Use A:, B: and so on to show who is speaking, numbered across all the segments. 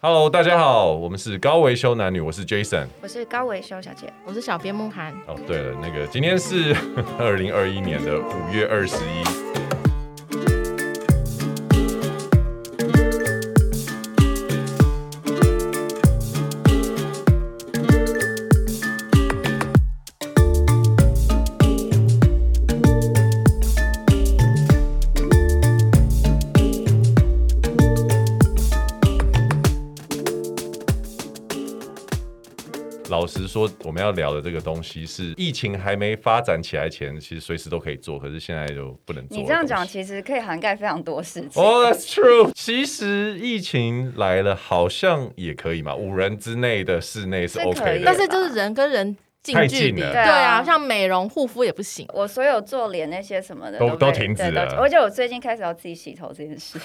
A: Hello，大家好，我们是高维修男女，我是 Jason。
B: 我是高维修小姐，
C: 我是小编慕涵，
A: 哦，对了，那个今天是 二零二一年的五月二十一。老实说，我们要聊的这个东西是疫情还没发展起来前，其实随时都可以做，可是现在就不能做。
B: 你这样讲。其实可以涵盖非常多事情。
A: 哦、t h a t s true。其实疫情来了，好像也可以嘛，五人之内的室内是
B: 这可
A: OK 的。
B: 以
C: 但是就是人跟人近
A: 啊太
C: 距
A: 近
C: 离，
A: 了
C: 对
B: 对啊
C: 啊，像美容护肤也不行。
B: 我所有做脸那些什么的
A: 都
B: 被
A: 都停止
B: 对
A: 了
B: 都而且我最近开始要自己洗头这件事。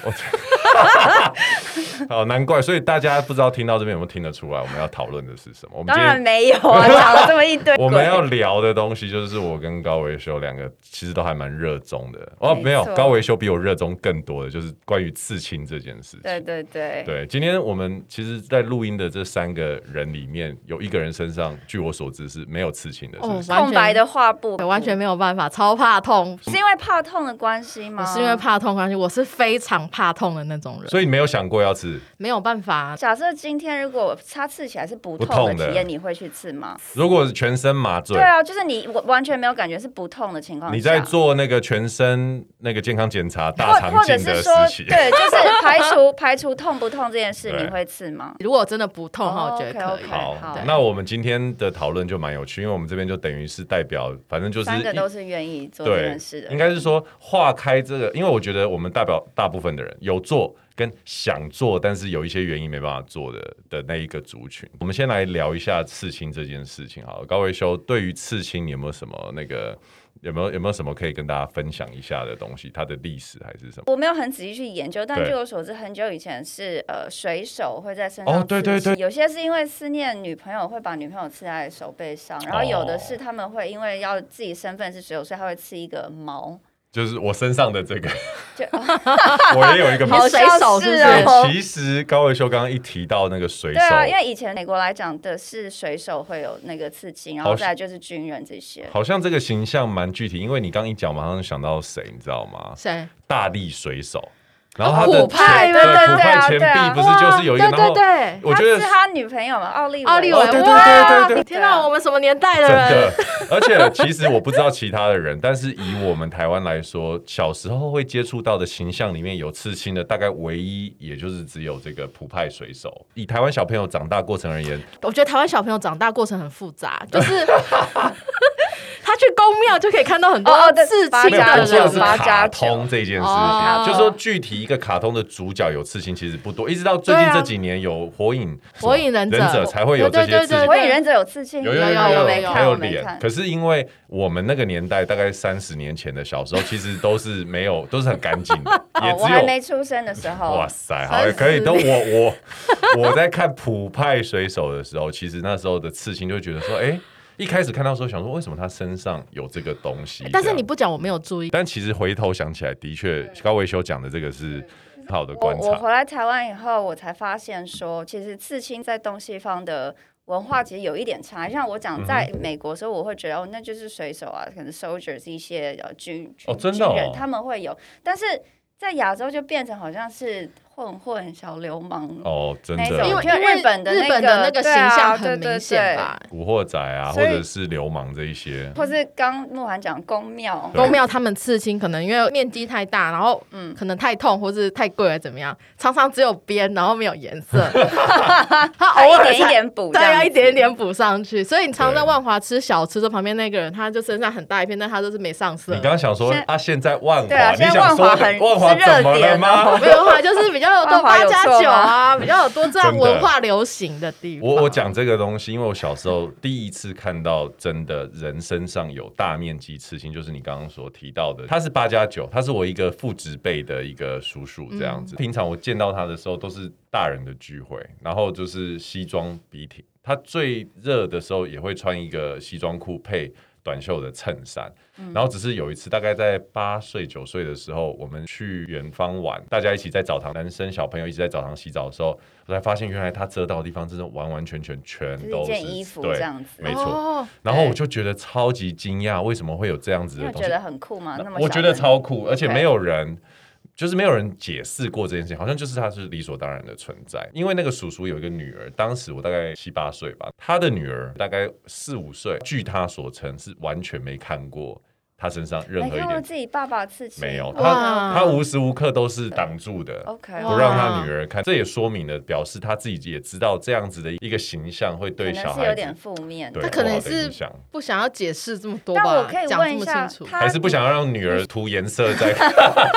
A: 哦，难怪，所以大家不知道听到这边有没有听得出来，我们要讨论的是什么？我们
B: 当
A: 今
B: 然
A: 天。
B: 没有 啊，讲了这么一堆鬼。
A: 我们要聊的东西就是我跟高维修两个其实都还蛮热衷的哦，
B: 没
A: 没有
B: 错
A: 高维修比我热衷更多的就是关于刺青这件事情。
B: 对对对，
A: 对，今天我们其实，在录音的这三个人里面，有一个人身上，据我所知是没有刺青的，是不
C: 哦
A: 是？
C: 完全
B: 空白的画布
C: 对，完全没有办法，超怕痛。
B: 是因为怕痛的关系吗？
C: 我是因为。怕痛关系，我是非常怕痛的那种人，
A: 嗯所以你没有想过要刺。
C: 没有办法。
B: 假设今天如果它刺起来是不
A: 不痛
B: 痛的
A: 的
B: 体验，你会去刺吗？
A: 如果是全身麻醉
B: 对，啊，就是你完完全没有感觉是不痛的情况下，
A: 你在做那个全身那个健康检查大
B: 或
A: 肠
B: 或者
A: 镜
B: 是
A: 的
B: 说
A: 时，期，
B: 对，就是排除 排除痛不痛这件事，
A: 对
B: 你会刺吗？
C: 如果真的不痛的话，
B: 哦
C: 我觉得可以。
B: OK，OK
A: 好
B: 好，
A: 那我们今天的讨论就蛮有趣，因为我们这边就等于是代表，反正就是
B: 三个
A: 一
B: 都是愿意做这
A: 对
B: 件事，的
A: 应。该是说化开这个，因为我觉得我们代表大部分的人有做跟想做，但是有一些原因没办法做的的那一个族群。我们先来聊一下刺青这件事情好了，高维修对于刺青你有没有什么那个有没有有没有什么可以跟大家分享一下的东西？它的历史还是什么？
B: 我没有很仔细去研究，但
A: 对
B: 据我所知，很久以前是呃，水手会在身
A: 哦
B: 上
A: 对
B: 刺
A: 对
B: 青有些是因为思念女朋友会把女朋友刺在手背上，然后有的
A: 哦
B: 是他们会因为要自己身份是水手，所以他会刺一个毛。
A: 就是我身上的这个
B: 就，
A: 我也有一 个。
C: 好水手是不是
B: 好像哦
A: 对，其实高维修刚刚一提到那个水手
B: 对，啊，因为以前美国来讲的是水手会有那个刺青，然后
A: 好
B: 再来就是军人这些。
A: 好像这个形象蛮具体，因为你刚一讲，马上想到谁，你知道吗？
C: 谁？
A: 大力水手，然后他的
C: 哦虎派
A: 前
B: 对对
A: 虎
B: 对
A: 派
B: 啊
A: 前
B: 对啊
A: 臂不是就是有一个，
C: 哇
A: 然
C: 对对
A: 后
C: 对，
A: 我
B: 他
A: 觉得
B: 是他女朋友嘛，奥利
C: 奥利维，
A: 哦对对
C: 哇
A: 对对对
C: 天哪，我们什么年代的
A: 真
C: 人？
A: 的，而且其实我不知道其他的人，但是以我们台湾来说，小时候会接触到的形象里面有刺青的，大概唯一也就是只有这个普派水手。以台湾小朋友长大过程而言，
C: 我觉得台湾小朋友长大过程很复杂，就是 他去公庙就可以看到很多
B: 哦哦对
C: 刺青
B: 八
A: 没有
B: 加
C: 的
A: 不知
B: 九
A: 道
C: 人
A: 是
B: 八
C: 嘛。
B: 加
A: 卡
B: 九
A: 通这件事情，啊
C: 哦
A: 就说具体一个卡通的主角有刺青其实不多，一直到最近
C: 对啊
A: 这几年有火影什么
C: 火影忍者
A: 忍者才会有这些
C: 对对对
A: 刺青
C: 对。
B: 火影忍哎者有刺青，
A: 有
C: 有
A: 有
B: 我
C: 有
B: 没
C: 有
A: 还
B: 看，
A: 有
B: 我没
A: 脸。
B: 看
A: 可。是因为我们那个年代，大概三十年前的小时候，其实都是没有，都是很干净的，也
B: 哦，我
A: 只
B: 还
A: 有。
B: 没出生的时候，
A: 哇塞，好
C: 30
A: 可以。都我我我在看普派水手的时候，其实那时候的刺青就会觉得说，哎、一开始看到的时候想说，为什么他身上有这个东西？
C: 哎但是
A: 这样
C: 你，不讲，我没有注意。
A: 但其实回头想起来，的确高维修讲的这个是好的
B: 我
A: 观
B: 我
A: 察。
B: 回来台湾以后，我才发现说，其实刺青在东西方的文化其实有一点差。像我
A: 嗯
B: 讲在美国的时候，我会觉得哦，那就是水手啊，可能 soldiers 一些呃军军
A: 哦真的哦
B: 军人他们会有，但是在亚洲就变成好像是混混小流氓。
A: 哦，真
B: 那
A: 的，
B: 种
C: 因为
B: 我觉得
C: 因为
B: 日本的那个
C: 日本的那个
B: 对
C: 形
B: 啊
C: 象很
B: 对对
C: 明显吧？
A: 古惑仔啊，或
B: 所以
A: 者是流氓这一些，
B: 或是刚慕涵讲公庙，
A: 对
C: 公庙他们刺青，可能因为面积太大，然后
B: 嗯
C: 可能太痛或是太贵了怎么样，常常只有边，然后没有颜 色，他
B: 它
C: 偶
B: 一
C: 尔才
B: 点一，点补，
C: 对，
B: 这样
C: 要
B: 子
C: 一点一点补上去。所以你常在
A: 对
C: 万华吃小吃的旁边那个人，他就身上很大一片，但他就是没上色
A: 你。刚刚想说
B: 现
A: 啊，现在万
B: 对
A: 华，
B: 啊
A: 你
B: 现在
A: 想说哎万
B: 万华很
A: 华
B: 是热
A: 怎么了
B: 点哦
A: 吗？
C: 没有的话，就是比较多
B: 万华
C: 八
B: 有
C: 加
B: 错
C: 九啊，比较有多这样
A: 真的
C: 文化流行的地方。
A: 我我讲这个东西，因为我小时候第一次看到真的人身上有大面积刺青，就是你刚刚所提到的，他是八加九，他是我一个父职辈的一个叔叔这样
B: 嗯
A: 子。平常我见到他的时候都是大人的聚会，然后就是西装笔挺，他最热的时候也会穿一个西装裤配。短袖的衬衫。然后只是有一次，大概在八岁九岁的时候，我们去远方玩，大家一起在澡堂，男生小朋友一起在澡堂洗澡的时候，我才发现原来他遮到的地方真的完完全全全
B: 就是
A: 都
B: 一
A: 是
B: 件衣服
A: 对
B: 这样子
A: 没错。
C: 哦
A: 然后我就觉得超级惊讶，为什么会有这样子
B: 你有
A: 的东
B: 觉
A: 西？
B: 得很酷吗？那么
A: 我
B: 小
A: 觉得
B: 的
A: 超酷，而且
B: OK
A: 没有人。就是没有人解释过这件事情，好像就是它是理所当然的存在。因为那个叔叔有一个女儿，当时我大概七八岁吧，他的女儿大概四五岁，据他所称是完全没看过他身上任
B: 没
A: 何一
B: 看过
A: 点，
B: 自己爸爸刺青，
A: 没有他
B: 嗯
C: 哇
A: 他无时无刻都是挡住的。
B: OK，
A: 不让他女儿看，这也说明了，表示他自己也知道这样子的一个形象会
B: 可
A: 对
B: 能
A: 小
B: 是有
A: 孩
B: 点
A: 子
B: 负面的
A: 对
C: 他可能
A: 不好的
C: 是
A: 影响
C: 不想要解释这么 多吧？
B: 但我可以
C: 讲
B: 问
C: 这
B: 一
C: 么
B: 下
C: 清，楚。
B: 他
A: 还是不想要让女儿涂颜色在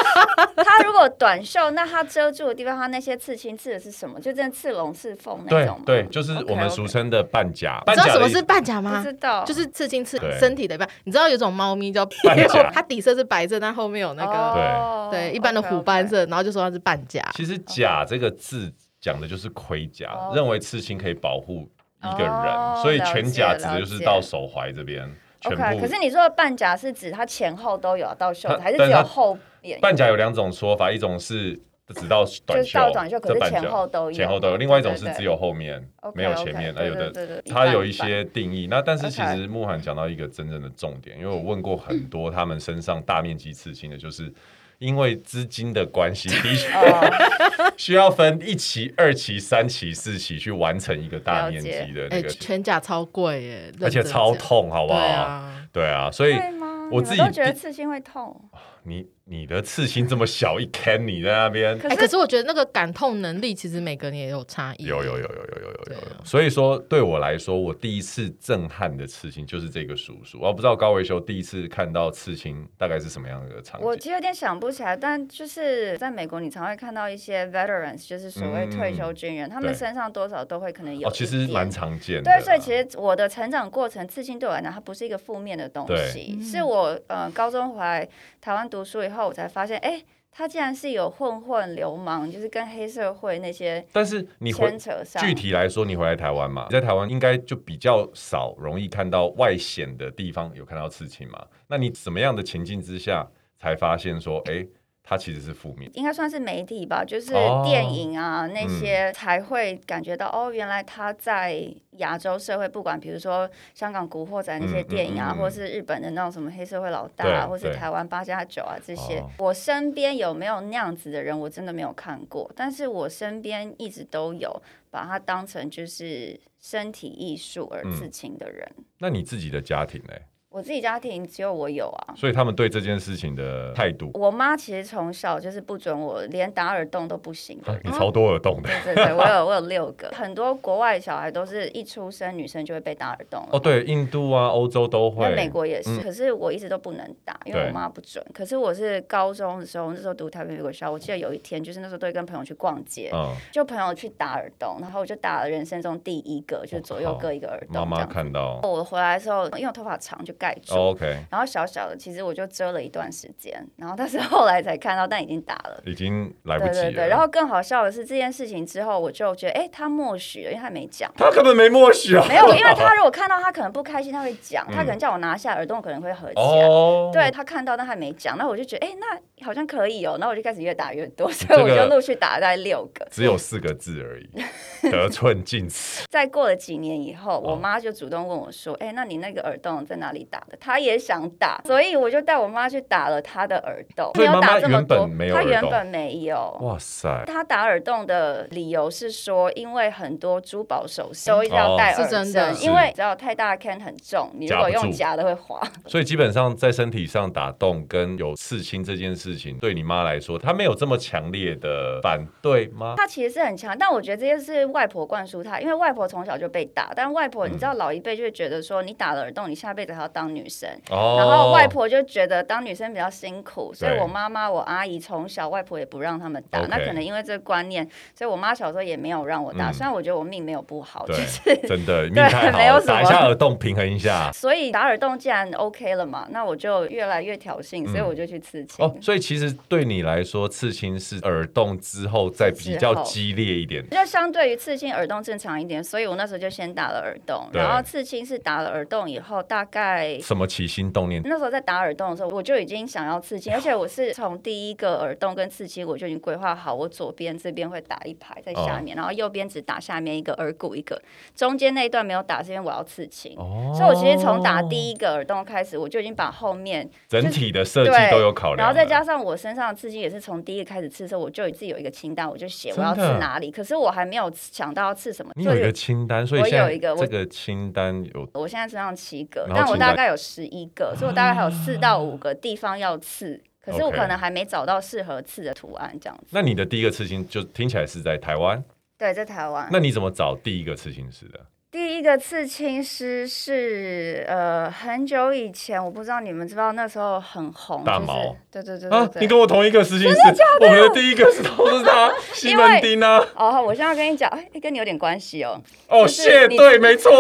B: 他如果短袖，那他遮住的地方，他那些刺青刺的是什么？就真的刺龙刺凤那
A: 对
B: 种吗？
A: 对，就是我们
B: OK，OK
A: 俗称的半甲。
C: 你
A: 半
C: 知道
A: 甲
C: 什
A: 的
C: 么
A: 意
C: 是
A: 思
C: 半甲
B: 不
C: 吗
B: 知？道，
C: 就是刺青刺
A: 对
C: 身体的一半。你知道有种猫咪叫
A: 半甲
C: 它底色是白色，但后面有那个
B: 哦
C: 对一般的虎
B: OK，OK
C: 斑色，然后就说它是半甲。
A: 其实“甲”这个字讲的就是盔甲
B: 哦，
A: 认为刺青可以保护一个
B: 哦
A: 人，所以全甲
B: 了
A: 指
B: 解
A: 的就是
B: 了解
A: 到手踝这边全
B: OK，
A: 部
B: 可是。你说的半甲是指它前后都有到袖
A: 它
B: 子，还是
A: 但
B: 只
A: 是它
B: 有后边？
A: 半甲有两种说法，一种是只到短
B: 就是
A: 袖，
B: 到短袖，可
A: 这
B: 是
A: 半
B: 前
A: 甲
B: 后都有，
A: 前后都有；另外一种
B: 对
A: 是
B: 对
A: 只有后面
B: OK，
A: 没有前面，那
B: OK，
A: 有的
B: 对对对对
A: 它有一
B: 半
A: 些定义。那但是
B: OK
A: 其实慕寒讲到一个真正的重点，因为我问过很多他们身上大面积刺青的，就是因为资金的关系，的确
B: 哦，
A: 需要分一期、二期、三期、四期去完成一个大面积的
C: 哎，
A: 那个，
C: 全甲超贵耶，
A: 而且
C: 认真
A: 超
C: 讲。
A: 痛，好不
C: 对
A: 好？
C: 啊，
A: 对啊，所以
B: 对吗？
A: 我
B: 你们
A: 自己
B: 都觉得
A: 第
B: 刺青会痛，
A: 你你的刺青这么小一坑，你在那边
B: 可
C: 哎，可
B: 是
C: 是我觉得那个感痛能力其实每个人也有差异。
A: 有有有有有有有
C: 对啊
A: 有，所以说对我来说，我第一次震撼的刺青就是这个叔叔。哦我不知道高维修第一次看到刺青大概是什么样的场景
B: 我。其实有点想不起来，但就是在美国，你常会看到一些 veterans，就是所谓退休军人，他
A: 嗯
B: 们
A: 对
B: 身上多少都会可能有
A: 哦，
B: 一
A: 其实
B: 点
A: 蛮常见的啊。
B: 对，所以其实我的成长过程，刺青对我来讲，它不是一个负面的东西，
C: 对
B: 是我呃高中回来台湾读书以后，我才发现，哎、它竟然是有混混流氓，就是跟黑社会那些
A: 但是你回
B: 牵扯上。
A: 具体来说，你回来台湾嘛，你在台湾应该就比较少容易看到外显的地方有看到刺青嘛。那你怎么样的情境之下才发现说，哎、它其实是负面？
B: 应该算是媒体吧，就是
A: 哦嗯
B: 电影啊、那些才会感觉到、哦，原来他在亚洲社会，不管比如说香港古惑仔那些
A: 嗯嗯
B: 电影啊，
A: 嗯嗯
B: 或是日本的那种什么黑社会老大啊，
A: 对
B: 或是
A: 对
B: 台湾八加九啊这些，
A: 哦
B: 我身边有没有那样子的人，我真的没有看过，但是我身边一直都有把它当成就是身体艺术而
A: 嗯
B: 自清的人。
A: 那你自己的家庭呢？
B: 我自己家庭只有我有啊，
A: 所以他们对这件事情的态度，
B: 我妈其实从小就是不准我连打耳洞都不行的
A: 啊
B: 人。
A: 你超多耳洞的。
B: 对对对，我有我有六个，很多国外小孩都是一出生女生就会被打耳洞了
A: 哦，，对，印度啊，欧洲都
B: 那
A: 会。
B: 美国也是，
A: 嗯
B: 可是我一直都不能打，因为
A: 对
B: 我妈不准。可是我是高中的时候，那时候读台北美国学校，我记得有一天就是那时候都会跟朋友去逛街，
A: 嗯，
B: 就朋友去打耳洞，然后我就打了人生中第一个，就是左右各一个耳洞这
A: 妈
B: 样。
A: 妈看到。
B: 我回来的时候，因为我头发长就盖住。
A: 哦 OK，
B: 然后小小的，其实我就遮了一段时间，然后但是后来才看到，但已经打了。
A: 已经来不
B: 对
A: 及了。
B: 对对，然后更好笑的是这件事情之后，我就觉得，哎，他默许了，因为他没讲。
A: 他根本没默许啊。
B: 没有，因为他如果看到他可能不开心，他会讲，他可能叫我拿下耳洞，可能会合起来。
A: 嗯哦，
B: 啊对他看到，但他没讲，那我就觉得，哎、那好像可以哦、那我就开始越打越多， 所
A: 这
B: 以
A: 个哦
B: 我就陆续打了大概六 个。
A: 只有四个字而已， 得寸进尺。
B: 再过了几年以后，我
A: 哦
B: 妈就主动问我说，哎、那你那个耳洞在哪里打的？她也想打，所以我就带我妈去打了她的耳洞。
A: 所以
B: 没有
A: 妈妈
B: 打这么
A: 原本
B: 多，
A: 没有
B: 她
A: 耳
B: 原
A: 洞
B: 本没有。
A: 哇塞，
B: 他打耳洞的理由是说，因为很多珠宝首饰都一定要
A: 哦
B: 戴
C: 是
B: 耳
C: 真
B: 针，
C: 的
B: 因为只要太大的 can 很重，你如
A: 夹
B: 果
A: 不住
B: 用夹的会滑。
A: 所以基本上在身体上打洞跟有刺青这件事情，对你妈来说，她没有这么强烈的反对吗？
B: 他其实是很强， 但我觉得这些是外婆灌输他，因为外婆从小就被打，但外婆你知道老一辈就会觉得说，你打了耳洞，你下辈子还要当女生。
A: 哦，
B: 然后外婆就觉得当女生比较辛苦，所以
A: 对
B: 我妈妈、我阿姨从小外婆也不让他们打。
A: OK
B: 那可能因为这个观念，所以我妈小时候也没有让我打。
A: 嗯
B: 虽然我觉得我命没有不好，就
A: 对
B: 是
A: 哦真 的命太好
B: 没有
A: 了，
B: 什么
A: 打一下耳洞平衡一下。
B: 所以打耳洞既然 OK 了嘛，那我就越来越挑衅，所以我就去刺
A: 嗯
B: 青。
A: 哦，所以其实对你来说，刺青是耳洞之后再比较激烈一点。
B: 就相对于刺青，耳洞正常一点，所以我那时候就先打了耳洞，
A: 对
B: 然后刺青是打了耳洞以后，大概会
A: 什么起心动念？
B: 那时候在打耳洞的时候，我就已经想要刺青，而且我是从第一个耳洞跟刺青，我就已经规划好，我左边这边会打一排在下
A: 哦
B: 面，然后右边只打下面一个耳骨一个，中间那一段没有打，是因为我要刺青。
A: 哦
B: 所以，我其实从打第一个耳洞开始，我就已经把后面，
A: 整体的设计
B: 对
A: 都有考量啊了，
B: 然后再加上我身上的刺青也是从第一个开始刺的时候，我就自己有一个清单，我就写我要刺
A: 真的
B: 哪里，可是我还没有想到要刺什么。
A: 你
B: 就
A: 有一
B: 是
A: 个清单，所以
B: 我
A: 现在
B: 有一个
A: 这
B: 我
A: 个清单有
B: 我现在身上七个，
A: 然后
B: 但我
A: 清单
B: 大概有十一个，所以我大概还有四到五个地方要刺，可是我
A: OK
B: 可能还没找到适合刺的图案，这样子。
A: 那你的第一个刺青就听起来是在台湾，
B: 对，在台湾，
A: 那你怎么找第一个刺青师的？
B: 第一个刺青师是呃很久以前，我不知道你们知不知道，那时候很红，
A: 大
B: 就是
A: 毛
B: 对对对
A: 啊
B: 对，
A: 你
B: 对。
A: 跟我同一个刺青师，我们的第一个是都是 他西门町啊。
B: 哦，我现在跟你讲，哎，跟你有点关系哦。
A: 哦，
B: 就是
A: 谢，
B: 你
A: 对，没错。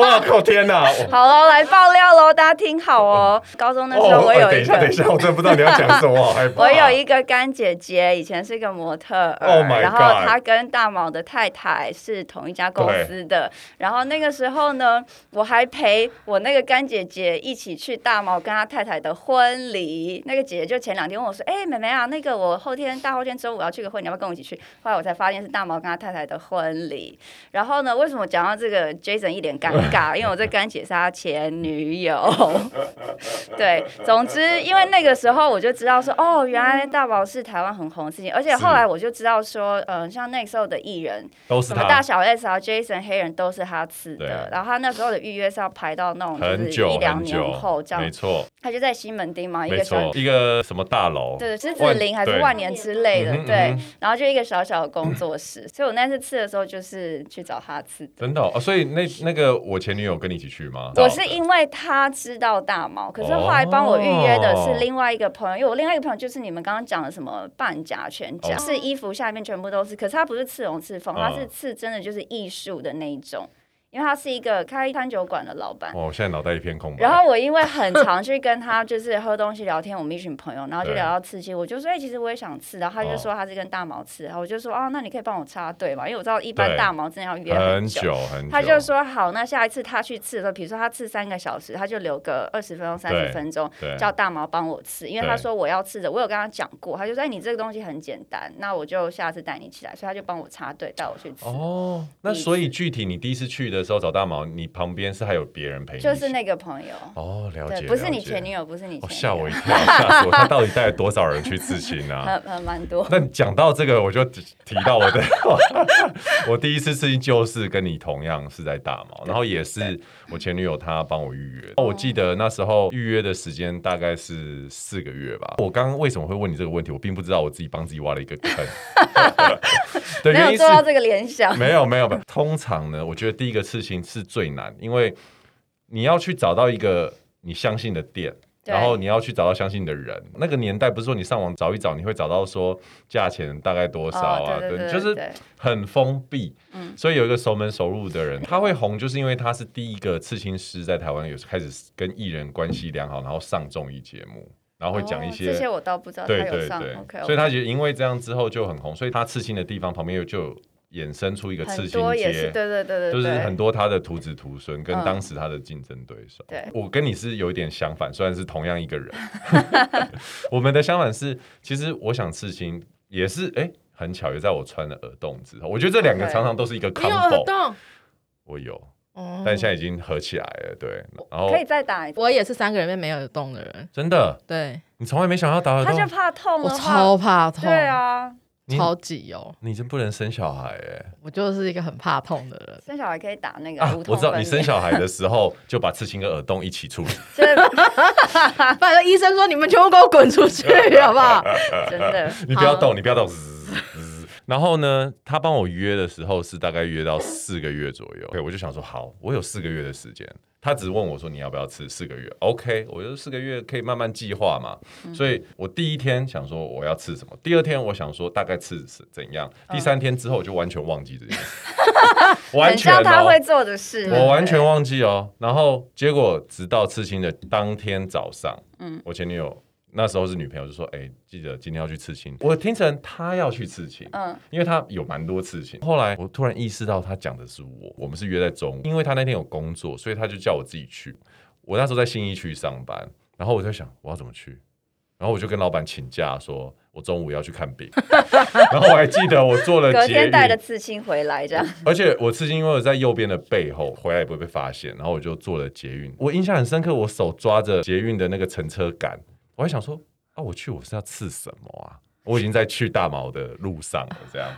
A: 哇靠，天哪！哦我
B: 好喽，来爆料喽，大家听好哦。高 中那时
A: 哦，
B: 候我有
A: 等
B: 一
A: 一
B: 个
A: 下，，等一下，我真的不知道你要讲什么，我好害怕。 啊
B: 我有一个干姐姐，以前是一个模特儿
A: Oh my
B: 然后
A: God
B: 她跟大毛的太太是同一家公司的。然后那个时候呢，我还陪我那个干姐姐一起去大毛跟她太太的婚礼。那个姐姐就前两天问我说：“哎、妹妹啊，那个我后天大后天周五要去个婚礼，你要不要跟我一起去？”后来我才发现是大毛跟她太太的婚礼。然后呢，为什么讲到这个，Jason 一脸尴 尬？因为我这干姐是他前女友。 对，总之，因为那个时候我就知道说，哦，原来大宝是台湾很红的事情，而且后来我就知道说，嗯、像那时候的艺人，
A: 都是
B: 什么大
A: 他，
B: 小 S 啊、Jason 黑人都是他刺的
A: 对，
B: 然后他那时候的预约是要排到那种就
A: 很
B: 是一
A: 久
B: 两
A: 很
B: 年
A: 久
B: 后这，样
A: 没，错，
B: 他就在西门町嘛，一
A: 没
B: 个小
A: 错，一个什么大楼？
B: 对，狮子
A: 万
B: 林还是
A: 对
B: 万年之类的
A: 嗯，哼
B: 对
A: 嗯哼，
B: 然后就一个小小的工作室，所以我那次刺的时候就是去找他刺的。
A: 真的哦。哦所以那那个我前女友跟你一起去吗？
B: 我是因为他知道大毛，可是后来帮我预约的
A: 哦
B: 是另外一个朋友，因为我另外一个朋友就是你们刚刚讲的什么半甲、全甲，
A: 哦
B: 是衣服下面全部都是，可是他不是刺龙刺凤，
A: 嗯
B: 他是刺真的就是艺术的那一种，因为他是一个开餐酒馆的老板。
A: 哦，我现在脑袋一片空白。
B: 然后我因为很常去跟他就是喝东西聊天，我们一群朋友，然后就
A: 对哦
B: 聊到刺青，我就说哎、其实我也想刺，然后他就说他是跟大毛刺，然后我就说哦，那你可以帮我插队嘛，因为我知道一般
A: 对
B: 大毛真的要约
A: 很
B: 久，
A: 久很久，
B: 他就说好，那下一次他去刺的时候，比如说他刺三个小时，他就留个二十分钟、三十
A: 对
B: 分钟，
A: 对
B: 叫大毛帮我刺，因为
A: 对
B: 他说我要刺的，我有跟他讲过，他就说哎，你这个东西很简单，那我就下次带你起来，所以他就帮我插队带我去刺，
A: 哦，那
B: 第一
A: 所以具体你第一次去的时候找大毛，你旁边是还有别人陪你一起，
B: 就是那个朋友，
A: 哦，了
B: 对
A: 解，，
B: 不是你前女
A: 友，
B: 友，不是你
A: 哦，
B: 前
A: 吓
B: 女友
A: 我一，跳，吓死我！他到底带了多少人去刺青啊？
B: 很很蛮多。
A: 那你讲到这个，我就提提到我的， 我第一次刺青就是跟你同样是在大毛，然后也是我前女友她帮我预约。我记得那时候预约的时间大概是四个月吧。我刚刚为什么会问你这个问题，我并不知道我自己帮自己挖了一个 坑。对，
B: 没
A: 原
B: 有啊
A: 因是
B: 做到这个联想，
A: 没有没有，没有通常呢，我觉得第一个事情是最难，因为你要去找到一个你相信的店。
B: 对
A: 然后你要去找到相信的人。那个年代不是说你上网找一找，你会找到说价钱大概多少啊？
B: 哦、对对对，
A: 就是
B: 对
A: 很封闭。
B: 嗯
A: 所以有一个熟门熟路的人，他会红，就是因为他是第一个刺青师在台湾有开始跟艺人关系良好，然后上综艺节目，然后会讲一
B: 哦
A: 些、
B: 这些我倒不知道他
A: 对
B: 有
A: 对
B: 上
A: 对
B: o k
A: 所以他就因为这样之后就很红，所以他刺青的地方旁边又就有衍生出一个刺
B: 很
A: 青
B: 多也是
A: 街，
B: 对对对对，
A: 就是
B: 对
A: 很多他的徒子徒孙跟
B: 嗯
A: 当时他的竞争对手。
B: 对
A: 我跟你是有一点相反，虽然是同样一个人， 我们的相反是，其实我想刺青也是哎。诶很巧，也在我穿了耳洞之后，我觉得这两个
B: OK
A: 常常都是一个
C: 你有
B: 啊
C: 耳
A: combo。
C: 洞，
A: 我有，
C: 哦
A: 但现在已经合起来了，对。然后
B: 嗯可以再打一次，
C: 我也是三个人里面没有耳洞的人，
A: 真的，
C: 对
A: 你从来没想要打耳
B: 他就
A: 洞，
B: 怕痛
C: 我
B: 的话，
C: 超怕
B: 嗯
C: 痛，
B: 对，啊，
A: 你
C: 超级哦，
A: 你真不能生小孩哎。
C: 我就是一个很怕痛的人，
B: 生小孩可以打那个
A: 啊
B: 无，痛
A: 我知道
B: 分
A: 你
B: 娩
A: 生小孩的时候 就把刺青跟耳洞一起 处理，
B: 真的
C: 反正医生说你们全部给我滚出去，好不好？
B: 真的
A: 你不要动，你不要动。滋滋然后呢，他帮我约的时候是大概约到四个月左右，OK，我就想说好，我有四个月的时间。他只问我说你要不要吃四个月，OK，我就四个月可以慢慢计划嘛。
B: 嗯
A: 所以我第一天想说我要吃什么，第二天我想说大概吃怎样，
B: 嗯
A: 第三天之后我就完全忘记这 件事，完
B: 很
A: 全、
B: 像
A: 哦、
B: 他会做的事，
A: 我完全忘记哦。然后结果直到刺青的当天早上，
B: 嗯
A: 嗯，我前女友那时候是女朋友就说：“哎、记得今天要去刺青。”我听成她要去刺青。
B: 嗯
A: 因为她有蛮多刺青，后来我突然意识到她讲的是我，我们是约在中午，因为她那天有工作，所以她就叫我自己去。我那时候在信义区上班，然后我在想我要怎么去，然后我就跟老板请假说。我中午要去看病， 然后我还记得我做了
B: 隔
A: 捷
B: 天带着
A: 运，
B: 刺青回来，这样
A: 而且 我刺青因为我在右边的背后，回来也不会被发现，然后我就做了捷运。我印象很深刻，我手抓着捷运的那个乘车杆，我还想说啊，我去我是要刺什么啊？我已经在去大毛的路上了，这样。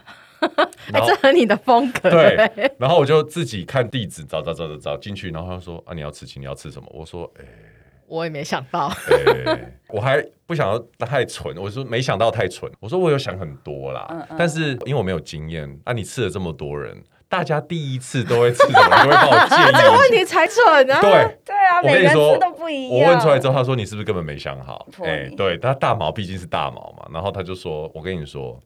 C: 哎、
A: 然后
C: 这很你的风格。
A: 对，然后我就自己看地址，找找找找找进去，然后他说啊，你要刺青，你要刺什么？我说哎、
C: 我也没想到，
A: 对，我还不想要太蠢，我说没想到太蠢，我说我有想很多啦，
B: 嗯嗯
A: 但是因为我没有经验，啊，你刺了这么多人，大家第一次都会刺什么，你会帮我建议一下。
C: 问 题才蠢啊！
A: 对，
B: 对啊，
A: 我跟
B: 每
A: 你
B: 个人
A: 说
B: 吃都不一样。
A: 我问出来之后，他说你是不是根本没想好？
B: 破
A: 哎、
B: 你
A: 对，他大毛毕竟是大毛嘛，然后他就说，我跟你说。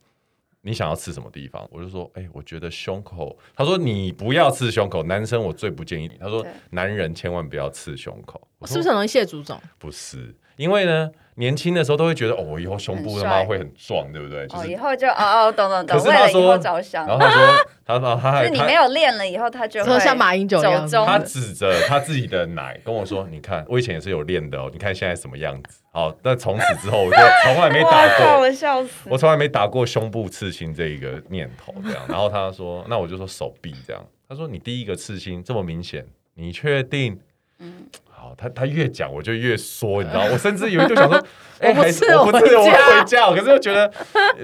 A: 你想要刺什么地方？我就说，哎、我觉得胸口。他说你不要刺胸口，男生我最不建议你。他说
B: 对
A: 男人千万不要刺胸口。我
C: 是
A: 说
C: 不是很容易谢祖总？
A: 不是，因为呢，年轻的时候都会觉得，哦，我以后胸部
B: 很
A: 他妈
B: 帅
A: 会很壮，对不对？就
B: 哦，
A: 是，
B: 以后就哦哦，懂懂
A: 可
B: 懂，
A: 是
B: 为
A: 他
B: 了以
A: 说
B: 后着想，
A: 然后他说，他说他
B: 就
A: 还
B: 是你没
A: 他
B: 有练了以后，他就
C: 说
B: 会
C: 像马英九一样
B: 走中
A: 他指着他自己的奶跟我说，你看，我以前也是有练的哦，你看现在什么样子？好，那从此之后我就从来没打
B: 哇靠，
A: 过。
B: 我笑死！
A: 哎我从来没打过胸部刺青这一个念头，这样。然后他说，那我就说手臂这样。他说你第一个刺青这么明显，你确定？
B: 嗯
A: 好，他他越讲我就越缩，你知道， 我甚至有一度想说，哎、
C: 我不
A: 还是
C: 吃
A: 我不
C: 我
A: 吃，
C: 回
A: 我
C: 家
A: 回家。可是我觉得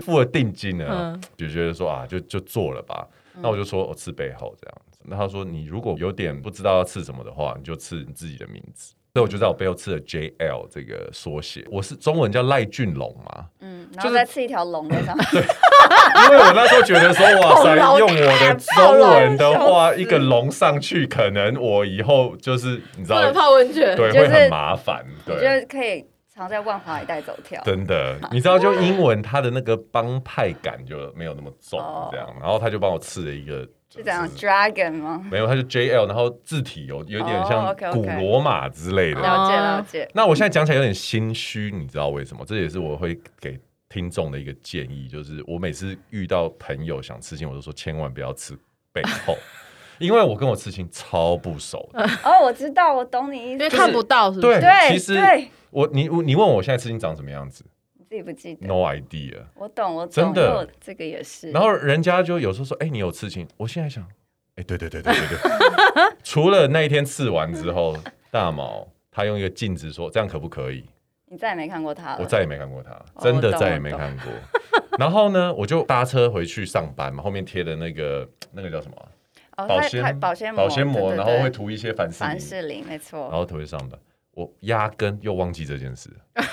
A: 付了定金了
C: 嗯，
A: 就觉得说啊，就就做了吧。那我就说我刺背后这样子。那他说你如果有点不知道要刺什么的话，你就刺你自己的名字。所以我就在我背后刺了 JL 这个缩写，我是中文叫赖俊龙嘛，
B: 嗯，
A: 就
B: 然
A: 是
B: 后再刺一条龙在上面，
A: 因为我那时候觉得说，哇塞，
C: 好老
A: 用我的
C: 好
A: 中
C: 老
A: 文的话，
B: 笑死
A: 一个龙上去，可能我以后就是你知
C: 不
A: 道
C: 能，泡温泉。
A: 对，
B: 就是
A: 会很麻烦，
B: 我
A: 对，
B: 觉得可以常在万华一带走跳。
A: 真的，你知道，就英文它的那个帮派感就没有那么重
B: 哦，
A: 这样。然后他就帮我刺了一个，
B: 是怎样？Dragon 吗？
A: 没有，他就 JL，然后字体有有点
B: 哦
A: 像
B: OK，OK
A: 古罗马之类的。
B: 了解
C: 哦
B: 了解。
A: 那我现在讲起来有点心虚，你知道为什么？这也是我会给听众的一个建议，就是我每次遇到朋友想刺青，我都说千万不要刺背 后，因为我跟我刺青超不熟的。
B: 哦，我知道，我懂你意
C: 因
B: 思
C: 为。看不到，是不
A: 对
C: 是？
A: 其
B: 对
A: 实
B: 对，
A: 我你你问我现在刺青长什么样子
B: 你自己不记得。
A: ？No idea。
B: 我懂，我懂，
A: 真的
B: 因为我这个也是。
A: 然后人家就有时候说：“哎、你有刺青？”我现在想，哎、对对对对对对。 除了那一天刺完之后，大毛他用一个镜子说：“这样可不可以
B: 你再也没看过他？”了。
A: 我再也没看过他，
B: 呃哦
A: 真的
B: 我懂
A: 再也没看过。 然后呢，我就搭车回去上班嘛，后面贴的那个那个叫什么啊
B: 哦，
A: 保
B: 它它
A: 鲜
B: 保鲜膜，
A: 保鲜膜，
B: 对对
A: 然后会
B: 对
A: 涂一哦些凡士
B: 凡
A: 林，
B: 士林，没
A: 然
B: 错。
A: 后涂去上班。我压根又忘记这件事。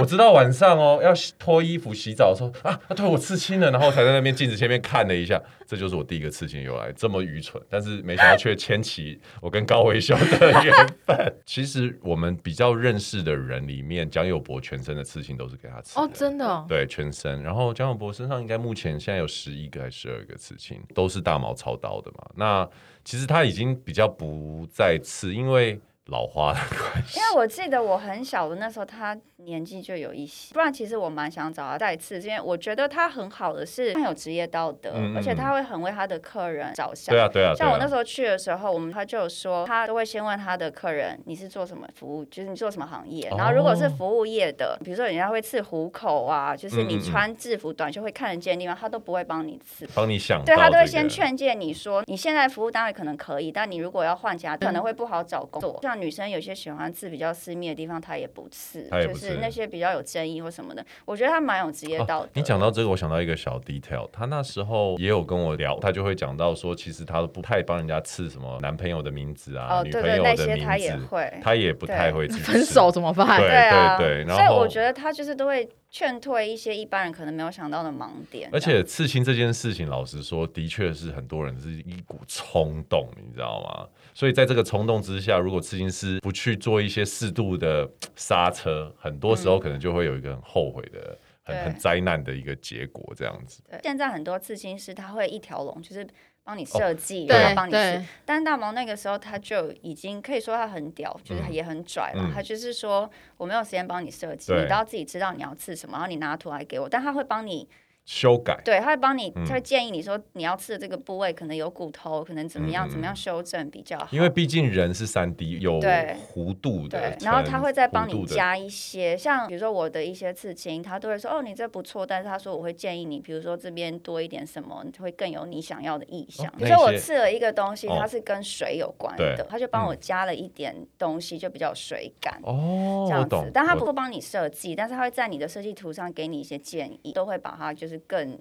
A: 我知道晚上哦，要洗脱衣服、洗澡的时候啊，啊对我刺青了，然后才在那边镜子前面看了一下，这就是我第一个刺青由来，这么愚蠢，但是没想到却牵起我跟高维修的 缘分。其实我们比较认识的人里面，蒋友柏全身的刺青都是给他刺
C: 哦，真的哦，
A: 对全身，然后蒋永博身上应该目前现在有十一个还是十二个刺青，都是大毛操刀的嘛。那其实他已经比较不再刺，因为老花的关系
B: 因。为我记得我很小的那时候，他年纪就有一些，不然其实我蛮想找他再次，因为我觉得他很好的是他有职业道德，
A: 嗯嗯
B: 而且他会很为他的客人着想。
A: 对啊，对啊，对
B: 像我那
A: 啊。
B: 时候去的时候，我们他就有说，他都会先问他的客人你是做什么服务，就是你做什么行业。
A: 哦
B: 然后如果是服务业的，比如说人家会刺虎口啊，就是
A: 嗯嗯
B: 你
A: 嗯
B: 穿制服短袖会看得见的地方，他都不会帮你刺。
A: 帮你想到、这
B: 对
A: 个，
B: 他都会先劝诫你说，你现在服务单位可能可以，但你如果要换家，
A: 嗯
B: 可能会不好找工作。像女生有些喜欢刺比较私密的地方，她也不刺，
A: 她也
B: 就
A: 不刺
B: 是那些比较有争议或什么的。我觉得他蛮有职业
A: 哦
B: 道德。
A: 你讲到这个，我想到一个小 detail，他那时候也有跟我聊，他就会讲到说，其实他不太帮人家刺什么男朋友的名字啊，
B: 哦，
A: 女
B: 对
A: 朋
B: 对，
A: 友
B: 那
A: 的
B: 些
A: 名
B: 他也
A: 字，
B: 会。
A: 他也不太
B: 对
A: 会去
C: 分
A: 刺
C: 手怎么办？
A: 对
B: 啊，
A: 对然
B: 所以
A: 后
B: 我觉得他就是都会劝退一些一般人可能没有想到的盲点。
A: 而且刺青这件事情，老实说，的确是很多人是一股冲动，你知道吗？所以在这个冲动之下，如果刺青师不去做一些适度的刹车，很多时候可能就会有一个很后悔的、很
B: 对
A: 很灾难的一个结果，这样子。
B: 这样对现在很多刺青师他会一条龙，就是帮你设计，
C: 对
B: 然后帮你
C: 对
B: 试。但大毛那个时候他就已经可以说他很屌，就是
A: 嗯
B: 也很拽了。
A: 嗯
B: 他就是说我没有时间帮你设计，
A: 对
B: 你都要自己知道你要刺什么，然后你拿图来给我。但他会帮你
A: 修改。
B: 对，他会帮你，
A: 嗯
B: 他会建议你说你要吃的这个部位可能有骨头，可能怎么样
A: 嗯嗯
B: 怎么样修正比较好。
A: 因为毕竟人是三 D 有
B: 对
A: 弧度的
B: 对，，
A: 呈
B: 然后他会再帮
A: 弧
B: 你
A: 度的
B: 加一些，像比如说我的一些刺青，他都会说哦你这不错，但是他说我会建议你，比如说这边多一点什么，会更有你想要的意向。比如
A: 哦那
B: 说我
A: 些
B: 刺了一个东西，
A: 哦
B: 它是跟水有关
A: 对
B: 的，他就帮我
A: 嗯
B: 加了一点东西，就比较有水感。
A: 哦
B: 这，
A: 我
B: 样
A: 懂
B: 子，，但他
A: 我
B: 不会帮你设计，但是他会在你的设计图上给你一些建议，都会把它就是更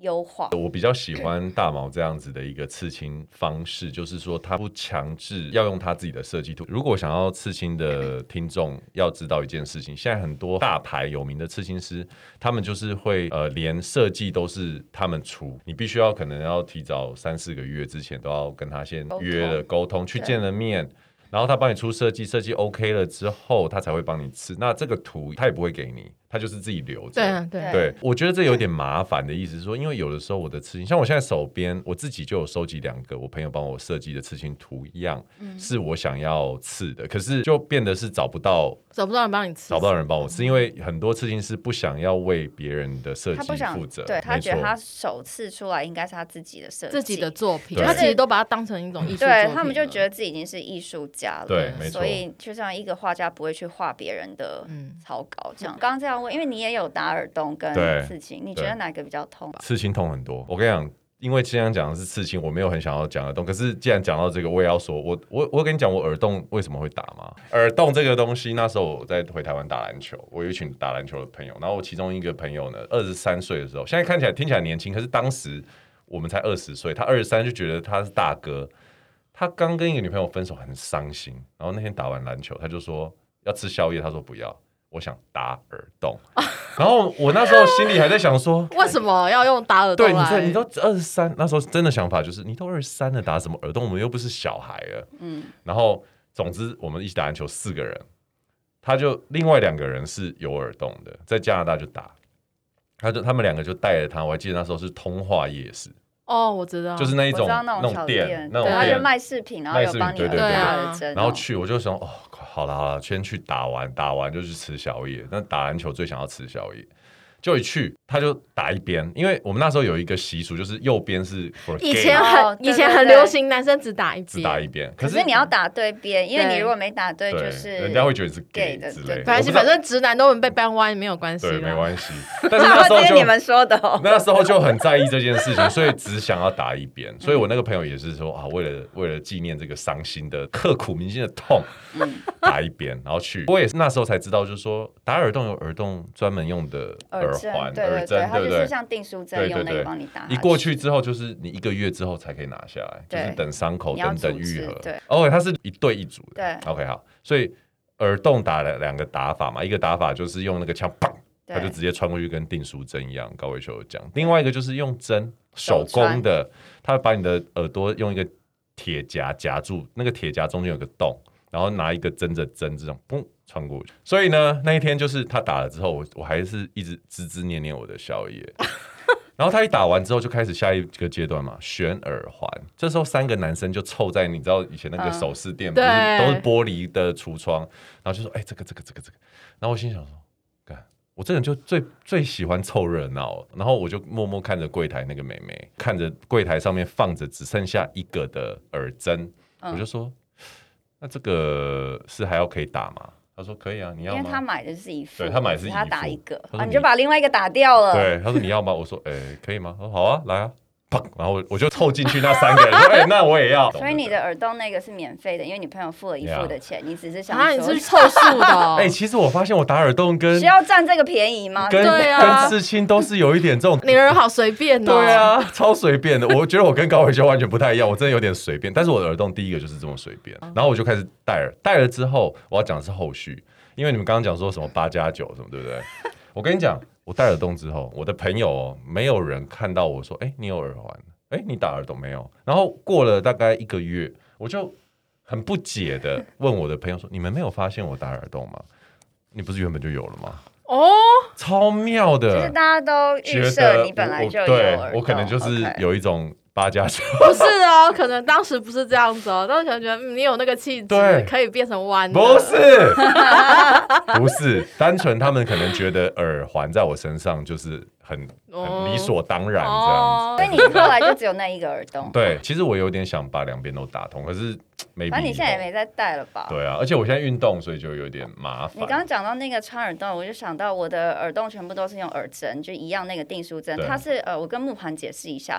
B: 优化。
A: 我比较喜欢大毛这样子的一个刺青方式，就是说他不强制要用他自己的设计图。如果想要刺青的听众要知道一件事情，现在很多大牌有名的刺青师，他们就是会呃连设计都是他们出，你必须要可能要提早三四个月之前都要跟他先
B: 沟通
A: 约了沟通，去见了面。然后他帮你出设计，设计 OK 了之后，他才会帮你刺。那这个图他也不会给你，他就是自己留着。
C: 对啊对啊，
A: 对，我觉得这有点麻烦的意思是说，因为有的时候我的刺青，像我现在手边我自己就有收集两个我朋友帮我设计的刺青图样，
B: 嗯
A: 是我想要刺的，可是就变得是找不到
C: 找不到人帮你吃，
A: 找不到人帮
B: 嗯
A: 我刺，因为很多刺青师不想要为别人的设
B: 他
A: 计
B: 不想
A: 负责，，
B: 对他
A: 没
B: 觉得
A: 错
B: 他首次出来应该是他自己的设计，
C: 自己的作品，
A: 对
C: 他其实都把它当成一种艺术作
B: 对
C: 品
B: 他们就
C: 了
B: 觉得自己已经是艺术家了，
A: 对没错
B: 嗯所以就像一个画家不会去画别人的
C: 嗯
B: 草稿这样。刚刚这样问，因为你也有打耳洞跟
A: 对
B: 刺青，你觉得哪个比较痛？啊
A: 刺青痛很多。我跟你讲，因为既然讲的是刺青，我没有很想要讲耳洞，可是既然讲到这个，我也要说，我我我跟你讲，我耳洞为什么会打吗？耳洞这个东西，那时候我在回台湾打篮球，我有一群打篮球的朋友，然后我其中一个朋友呢，二十三岁的时候，现在看起来听起来年轻，可是当时我们才二十岁，他二十三就觉得他是大哥。他刚跟一个女朋友分手，很伤心。然后那天打完篮球，他就说要吃宵夜，他说不要，我想打耳洞。然后我那时候心里还在想说，
B: 嗯
C: 为什么要用打耳洞
A: 对，你
C: 来？
A: 这你都二十三，那时候真的想法就是，你都二十三了，打什么耳洞？我们又不是小孩了。
B: 嗯，
A: 然后，总之我们一起打篮球四个人，他就另外两个人是有耳洞的，在加拿大就打，他就他们两个就带着他，我还记得那时候是通化夜市，
C: 哦，我知道，
A: 就是那一
B: 啊我知
A: 种
B: 道那种小
A: 种店，那种
B: 对，他就
A: 店。
B: 卖饰品，然后有帮你
A: 卖饰品对对
C: 对
B: 打耳针，
A: 然后去，我就想，哦，好了好了，先去打完，打完就去吃宵夜。那打篮球最想要吃宵夜，就一去他就打一边，因为我们那时候有一个习俗，就是右边是 for
C: 以
A: gay
C: 前
B: 哦
C: 很
B: 对
C: 以前很
B: 对对
C: 流行男生只打一
A: 只
C: 边，
A: 打一边，
B: 可
A: 可
B: 是你要打对边，因为
C: 对
B: 你如果没打对，
A: 对，
B: 就是
A: 人 家会觉得你是
B: gay
A: gay
B: 的
A: 之类的，
B: 对
C: 没关系，
A: 我不
C: 反
A: 知道
C: 正直男都能被掰弯，没有关系啦，
A: 对没关 系。但是那时候
B: 这是你们
A: 就
B: 说的哦。
A: 那时候就很在意这件事情，所以只想要打一边。所以
B: 嗯
A: 我那个朋友也是说啊，为了为了纪念这个伤心的刻骨铭心的痛，
B: 嗯
A: 打一边，然后去。我也是那时候才知道，就是说打耳洞有耳洞专门用的
B: 耳针，
A: 环、
B: 对
A: 耳
B: 对
A: 针，
B: 它
A: 对
B: 就
A: 不
B: 是
A: 对？
B: 像订书针
A: 对
B: 用
A: 对
B: 那个
A: 对
B: 帮你打。
A: 一过去之后，就是你一个月之后才可以拿下来，就
B: 对
A: 是等伤口
B: 你要
A: 等
B: 主
A: 等愈
B: 治
A: 合。
B: 对
A: ，OK，它是一对一组的。
B: 对
A: ，OK，好，所以耳洞打了两个打法嘛，一个打法就是用那个枪砰，
B: 对
A: 它就直接穿过去，跟订书针一样，高维修有讲。另外一个就是用针手
B: 穿
A: 工的，它把你的耳朵用一个铁夹夹住，那个铁夹中间有个洞，然后拿一个针着针这种嘣穿过去。所以呢，那一天就是他打了之后，我我还是一直执执念念我的宵 夜。然后他一打完之后，就开始下一个阶段嘛，选耳环。这时候三个男生就凑在，你知道以前那个
B: 嗯
A: 首饰店不
C: 对
A: 是都是玻璃的橱窗，然后就说：“哎、这个这个这个这个。”然后我心想说：“干，我这人就最最喜欢凑热闹。”然后我就默默看着柜台那个妹妹，看着柜台上面放着只剩下一个的耳针，
B: 嗯
A: 我就说：“那这个是还要可以打吗？”她说：“可以啊，你要
B: 因
A: 吗？”
B: 为他买的是一副，
A: 对他买的是一副
B: 他打一个，
A: 他说
B: 啊，你
A: 你
B: 就把另外一个打掉了。
A: 对，他说你要吗？我说，哎、可以吗？他说好啊，来啊，砰！然后我我就凑进去那三个人，说，哎、那我也要。
B: 所以你的耳洞那个是免费的，因为你朋友付了一副的钱，你只是想
C: 啊，你
B: 说
C: 是凑数的哦
A: 哎、，其实我发现我打耳洞跟
B: 需要占这个便宜吗？
A: 跟、
C: 对啊
A: 跟刺青都是有一点这种。
C: 你人好随便哦，
A: 对，啊， 超随便的。我觉得我跟高伟修完全不太一样，我真的有点随便。但是我的耳洞第一个就是这么随便，然后我就开始戴耳，戴了之后，我要讲的是后续，因为你们刚刚讲说什么八加九什么，对 不对？我跟你讲，我戴耳洞之后，我的朋友、哦、没有人看到我说，哎、你有耳环，哎、你打耳洞没有？然后过了大概一个月，我就很不解的问我的朋友说，你们没有发现我打耳洞吗？你不是原本就有了吗？
C: 哦，
A: 超妙的，
B: 就是大家都
A: 觉
B: 预设
A: 得
B: 你本来就
A: 我
B: 有
A: 对
B: 耳洞
A: 我可能就是。
B: OK
A: 有一种八加九，
C: 不是哦，可能当时不是这样子哦，当时可能觉得嗯你有那个气质
A: 对，
C: 可以变成弯的，
A: 不是，不是，单纯他们可能觉得耳环在我身上就是很很
C: 哦
A: 理所当然这样子。
C: 哦
B: 所以你后来就只有那一个耳洞，
A: 对，其实我有点想把两边都打通，可是没。
B: 反正你现在也没再戴了吧？
A: 对啊，而且我现在运动，所以就有点麻烦。
B: 你刚刚讲到那个穿耳洞，我就想到我的耳洞全部都是用耳针，就一样那个订书针
A: 对。
B: 它是呃，我跟木盘解释一下，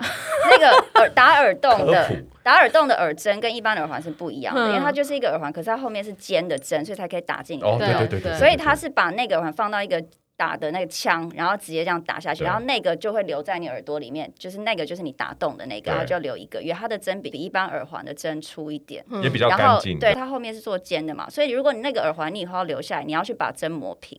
B: 那个耳打耳洞的
A: 科普
B: 打耳洞的耳针跟一般的耳环是不一样的，
C: 嗯
B: 因为它就是一个耳环，可是它后面是尖的针，所以才可以打进你的
A: 哦，
B: 洞。
A: 对
C: 对
A: 对对对，
C: 对
B: 所以它是把那个耳环放到一个。打的那个枪，然后直接这样打下去，
A: 对
B: 然后那个就会留在你耳朵里面，就是那个就是你打洞的那
A: 对
B: 个，然后就留一个月。它的针比比一般耳环的针粗一点，
A: 也比较
C: 较
B: 然
A: 干
B: 后
A: 净。
B: 对，它后面是做尖的嘛，所以如果你那个耳环你以后要留下来，你要去把针磨平，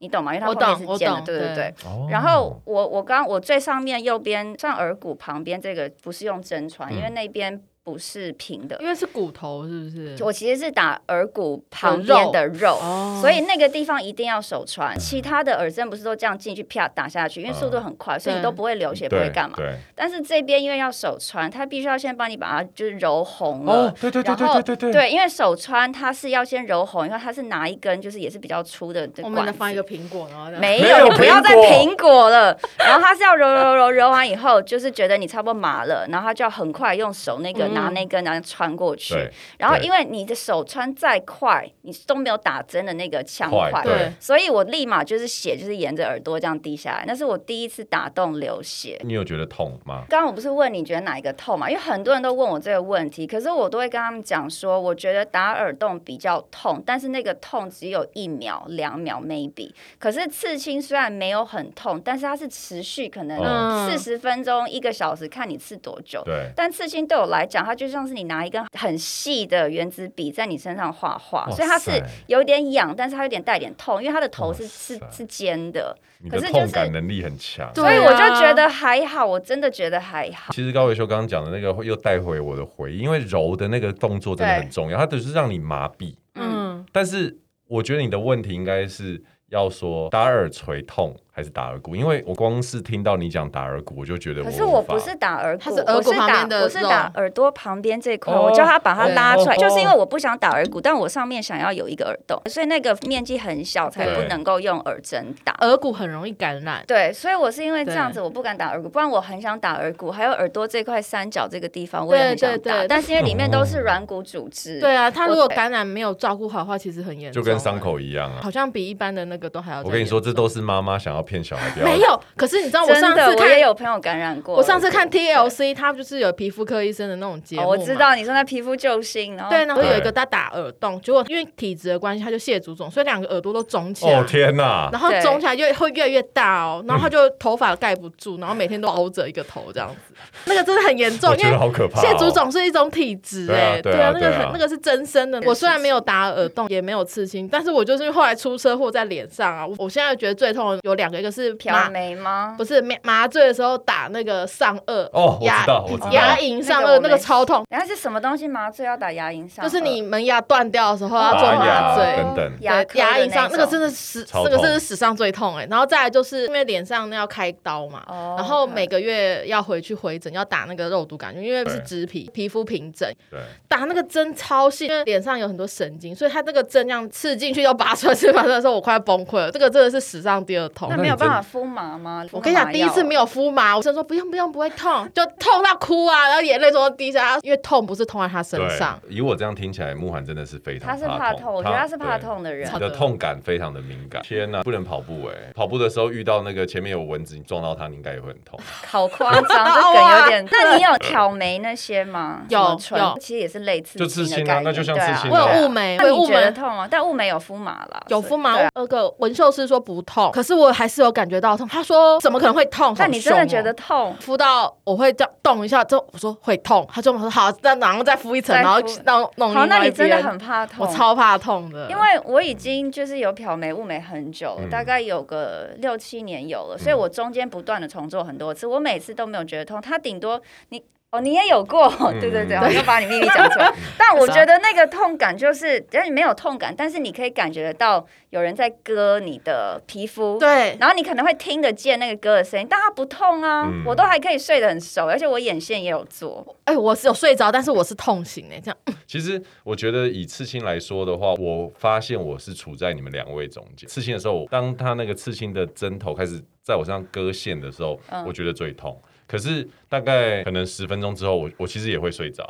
B: 你懂吗？因为它
C: 我
B: 后面
C: 懂我
B: 是尖的，
C: 懂
B: 对对
C: 对
B: 对。
A: 哦
B: 然后我我刚我最上面右边像耳骨旁边这个不是用针穿，因为
A: 嗯
B: 那边不是平的，
C: 因为是骨头，是不是？
B: 我其实是打耳骨旁边的肉。
C: 哦
B: 所以那个地方一定要手穿，其他的耳针不是都这样进去啪打下去，因为速度很快，所以你
C: 对
B: 都不会流血，不
A: 嗯对
B: 会干嘛。
A: 对，
B: 但是这边因为要手穿，它必须要先帮你把它就是揉红了，
A: 哦，对对对
B: 然
A: 对
B: 后
A: 对对，
B: 因为手穿它是要先揉红，因为它是拿一根就是也是比较粗的的
C: 我们
B: 管
C: 再放一
B: 子。
C: 个嗯苹果，然后这样
B: 没
A: 没有
B: 有，你不要
A: 苹
B: 再
A: 果
B: 苹果了。然后它是要揉揉揉揉完以后，就是觉得你差不多麻了，然后它就要很快用手那个
C: 嗯
B: 拿那根然后穿过去。
A: 对
B: 然后
A: 对
B: 因为你的手穿再快，你都没有打针的那个枪
A: 快
B: 快，
A: 对
C: 对。
B: 所以我立马就是血就是沿着耳朵这样滴下来。那是我第一次打洞流血，
A: 你有觉得痛吗？
B: 刚刚我不是问你觉得哪一个痛嘛？因为很多人都问我这个问题，可是我都会跟他们讲说，我觉得打耳洞比较痛，但是那个痛只有一秒、两秒 maybe。可是刺青虽然没有很痛，但是它是持续可能
C: 嗯
B: 四十分钟、一个小时，看你刺多久。
A: 对，
B: 但刺青对我来讲，它就像是你拿一根很细的圆珠笔在你身上画画
A: 哇，
B: 所以它是
A: 塞
B: 有点痒，但是它有点带点痛，因为它的头是
A: 哇
B: 是
A: 塞
B: 是尖的，
A: 你的
B: 可是就
A: 痛
B: 是
A: 感能力很强。
C: 对
B: 所以我就
C: 啊
B: 觉得还好，我真的觉得还好。
A: 其实高维修刚刚讲的那个又带回我的回忆，因为揉的那个动作真的很重要，它只是让你麻痹。
B: 嗯，
C: 嗯，
A: 但是我觉得你的问题应该是要说打耳垂痛还是打耳骨，因为我光是听到你讲打耳骨，我就觉得
B: 可
A: 我
B: 是我
A: 无法
B: 不是打耳骨，
C: 它是耳骨
B: 我是
C: 旁
B: 打
C: 边的
B: 我是打
C: 肉
B: 耳朵旁边这块，
A: 哦
B: 我叫他把它
C: 对
B: 拉出来，
A: 哦
B: 就是因为我不想打耳骨，但我上面想要有一个耳洞，所以那个面积很小，才不
A: 对
B: 能够用耳针打。
C: 耳骨很容易感染。
B: 对，所以我是因为这
C: 对
B: 样子，我不敢打耳骨，不然我很想打耳骨，还有耳朵这块三角这个地方，我也
C: 对
B: 很想
C: 对
B: 打，
C: 对
B: 但是因为里面都是软骨组织，
C: 对啊，它
B: 我
C: 如果感染没有照顾好的话，其实很严重
A: 就
C: 啊，
A: 跟伤口一样啊。
C: 好像比一般的那个都还要。
A: 我跟你说，这都是妈妈想要骗小孩不要
B: 啊
C: 没有。可是你知道，我
B: 真
C: 上
B: 的
C: 次
B: 我也
C: 看，
B: 有朋友感染过，
C: 我上次看
B: 对
C: TLC，它就是有皮肤科医生的那种节目
B: 哦，
C: 嘛，
B: 我知道你说那皮肤救星，然后
C: 对，然后
A: 对
C: 有一个他打耳洞，结果因为体质的关系，他就蟹足肿，所以两个耳朵都肿起来。
A: 哦天哪！
C: 然后
B: 对
C: 肿起来越会越来越大哦，然
A: 嗯
C: 后他就头发盖不住，然后每天都凹着一个头这样子，那个真的很严重
A: 我，
C: 因
A: 觉
C: 为
A: 得好可怕、哦。
C: 蟹足肿是一种体质
A: 对啊
C: 哎、
A: 对啊
C: 那
A: 对
C: 个
A: 啊
C: 很那个是真生的。
B: 是
C: 我虽然没有打耳洞，也没有刺青，但是我就是后来出车祸在脸上啊，我我现在觉得最痛的有两个，一个是
B: 漂
C: 麻，
B: 眉吗？
C: 不是麻麻醉的时候打那个上颚，
A: 哦，我
C: 牙
A: 知道，我知
B: 哦
A: 道。
C: 牙龈上颚那个超痛，
B: 然后是什么东西麻醉要打牙龈上颚？哦
C: 就是你门牙断掉的时候要做
A: 拔牙
C: 麻醉。
A: 等等
B: 牙
C: 对牙龈上那个真
B: 的
C: 的史，
A: 超
C: 这个
A: 痛
C: 真的是史上最痛哎、然后再来就是因为脸上那要开刀嘛，
B: 哦
C: 然后
B: OK
C: 每个月要回去回诊，要打那个肉毒杆菌，因为是
A: 对
C: 植皮皮肤平整，
A: 对，
C: 打那个针超细，因为脸上有很多神经，所以它这个针这样刺进去又拔出来，刺拔出来的时候我快要崩溃了，这个真的是史上第二痛
B: 那。
A: 那
B: 没有
A: 你真
B: 办法敷麻吗？
C: 我跟你讲，第一次没
B: 有。
C: 有敷麻，我就说不用不用，不会痛，就痛到哭啊，然后眼泪都滴下来，因为痛不是痛在他身
A: 对
C: 上，
A: 以我这样听起来，慕寒真的是非常
B: 他是怕痛，我觉得他是怕。痛的人
A: 对你
C: 超。
A: 的痛感非常的敏感，天哪，不能跑步哎、跑步的时候遇到那个前面有蚊子，你撞到它，你应该也会很 痛。
B: 好夸 张，这梗有点。那你有挑眉那些吗？
C: 有
B: 什么唇
C: 有
B: 其实也是类似
A: 就刺青啊
B: 的概念
A: 那就像
B: 对啊
A: 刺青
C: 我
A: 啊
C: 有雾眉，
B: 那
C: 我有
B: 你
C: 雾
B: 觉得
C: 眉。
B: 痛吗？但雾眉有敷麻啦，
C: 有敷麻
B: 所以对啊，
C: 那个纹绣师说不痛，可是我还是有感觉到痛。他说怎么可能会痛？
B: 但你真
C: 好
B: 的
C: 凶哦
B: 觉得痛？
C: 敷到我会这样动一下，之后我说会痛，他就说好，那然后再敷一层，
B: 再
C: 然后
B: 敷
C: 弄弄
B: 好，
C: 另
B: 那
C: 外
B: 你
C: 一
B: 真的
C: 边。
B: 很怕痛。
C: 我超怕痛的，
B: 因为我已经就是有漂眉雾眉很久了，
A: 呃嗯
B: 大概有个六七年有了，所以我中间不断的重做很多次，我每次都没有觉得痛，它顶多你。哦，你也有过，
A: 嗯
B: 对对对，我又把你秘密讲出来。但
A: 啊
B: 我觉得那个痛感就是，只要你没有痛感，但是你可以感觉得到有人在割你的皮肤，
C: 对，
B: 然后你可能会听得见那个割的声音，但它不痛啊，
A: 嗯
B: 我都还可以睡得很熟，而且我眼线也有做，
C: 哎、我是有睡着，但是我是痛醒哎、这样
A: 其实我觉得以刺青来说的话，我发现我是处在你们两位中间。刺青的时候，当他那个刺青的针头开始在我身上割线的时候，
B: 嗯
A: 我觉得最痛。可是大概可能十分钟之后，我我其实也会睡着，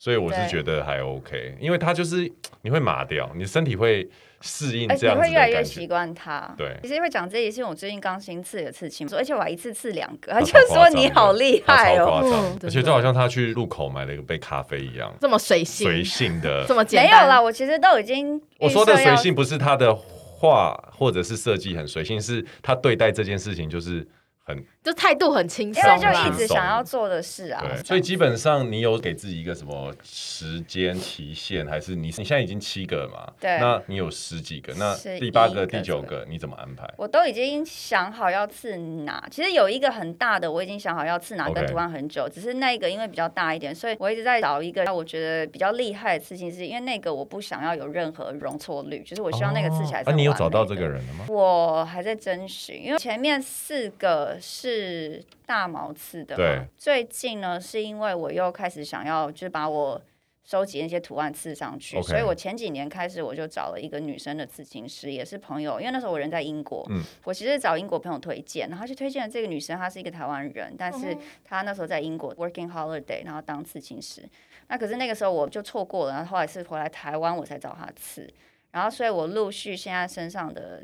A: 所以我是
B: 对
A: 觉得还 OK，因为它就是你会麻掉，你身体会适应
B: 而
A: 这
B: 且
A: 样
B: 哎你
A: 子
B: 会
A: 的
B: 越来越
A: 感
B: 习
A: 觉。
B: 惯它。
A: 对
B: 其实会讲这些，是因为我最近刚新刺的刺青，而且我还一次刺两 个，他
A: 超
B: 就
A: 夸
B: 说
A: 张
B: 你
A: 的
B: 好厉害
A: 它超
B: 哦，
A: 夸张
C: 嗯
A: 而且
C: 真
A: 就
C: 的
A: 好像他去路口买了一个杯咖啡一
B: 嗯
A: 样，
C: 这么随性，
A: 随性的。
C: 这么简
B: 没有
C: 单
B: 啦，我其实都已经
A: 我说的
B: 预设
A: 随
B: 要
A: 性不是他的画或者是设计很随性，是他对待这件事情就是很
C: 就态度很轻
B: 因
C: 松
B: 为
C: 啦，
B: 就一直想要做的事啊，
A: 对，所以基本上你有给自己一个什么时间期限，还是你你现在已经七个了嘛？
B: 对
A: 那你有十几个，那
B: 11
A: 第八
B: 个
A: 个、第九
B: 左
A: 个你怎么安排？
B: 我都已经想好要刺哪。其实有一个很大的，我已经想好要刺哪
A: OK
B: 跟图案很久只是那个因为比较大一点，所以我一直在找一个我觉得比较厉害的刺青师，因为那个我不想要有任何容错率，就是我希望那个刺起来
A: 哦啊，
B: 是很完美的、
A: 你有找到这个人了吗？
B: 我还在征询，因为前面四个是大毛刺的嘛，
A: 对
B: 最近呢，是因为我又开始想要，就是把我收集那些图案刺上去
A: OK
B: 所以我前几年开始我就找了一个女生的刺青师，也是朋友，因为那时候我人在英国，
A: 嗯
B: 我其实找英国朋友推荐，然后就推荐了这个女生，她是一个台湾人，但是
C: 嗯
B: 她那时候在英国 working holiday，然后当刺青师，那可是那个时候我就错过了，然后后来是回来台湾我才找他刺，然后所以我陆续现在身上的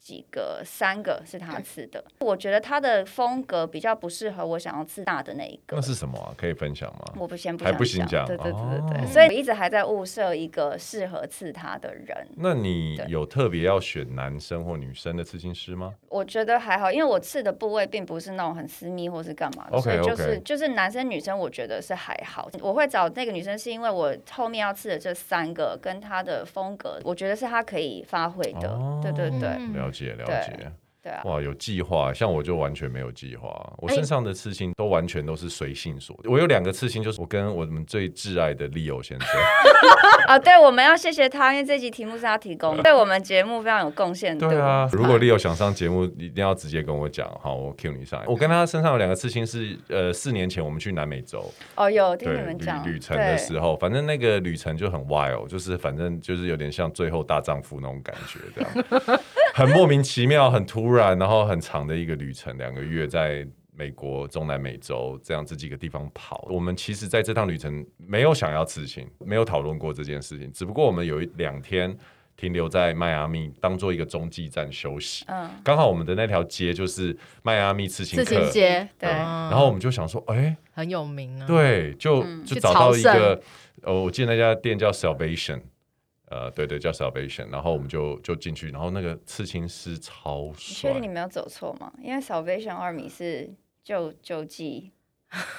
B: 几个三个是他刺的，我觉得他的风格比较不适合我想要刺大的那一个
A: 那。是什么啊？可以分享吗？
B: 我不先不
A: 还
B: 想
A: 不行讲
B: 对对对对对，
A: 哦
B: 所以我一直还在物色一个适合刺他的人。
A: 那你
B: 对
A: 有特别要选男生或女生的刺青师吗？
B: 我觉得还好，因为我刺的部位并不是那种很私密或是干嘛的
A: OK，
B: 所以就是
A: OK
B: 就是男生女生，我觉得是还好。我会找那个女生，是因为我后面要刺的这三个跟她的风格，我觉得是她可以发挥的。
A: 哦
B: 对对对、
C: 嗯
A: 了解了
B: 对
A: 解，
B: 对啊，
A: 哇，有计划，像我就完全没有计划，我身上的刺青都完全都是随性所。我有两个刺青，就是我跟我们最挚爱的 Leo 先生，
B: 啊，对，我们要谢谢他，因为这集题目是他提供的，对我们节目非常有贡献度。
A: 啊对啊，如果 Leo 想上节目，一定要直接跟我讲，好，我 cue 你上来。我跟他身上有两个刺青是，呃，四年前我们去南美洲，
B: 哦，有听
A: 对
B: 你们
A: 旅
B: 讲
A: 旅程的
B: 对
A: 时候，反正那个旅程就很 wild，就是反正就是有点像最后大丈夫那种感觉，这样很莫名其妙、很突然，然后很长的一个旅程，两个月在。美国、中南美洲这样这几个地方跑，我们其实在这趟旅程没有想要刺青，没有讨论过这件事情，只不过我们有一两天停留在迈阿密，当做一个中继站休息。
B: 嗯，
A: 刚好我们的那条街就是迈阿密刺青
C: 刺
A: 客
C: 青，街，
B: 对
C: 嗯
A: 然后我们就想说，哎、
C: 很有名啊，，
A: 对，就、
B: 嗯
A: 就
C: 去
A: 找
C: 朝
A: 到一个
C: 圣，
A: 呃，我记得那家店叫 Salvation，呃，对对，叫 Salvation，然后我们就就进去，然后那个刺青师超
B: 你
A: 帅
B: 确定，你没有走错吗？因为 Salvation Army 是救救济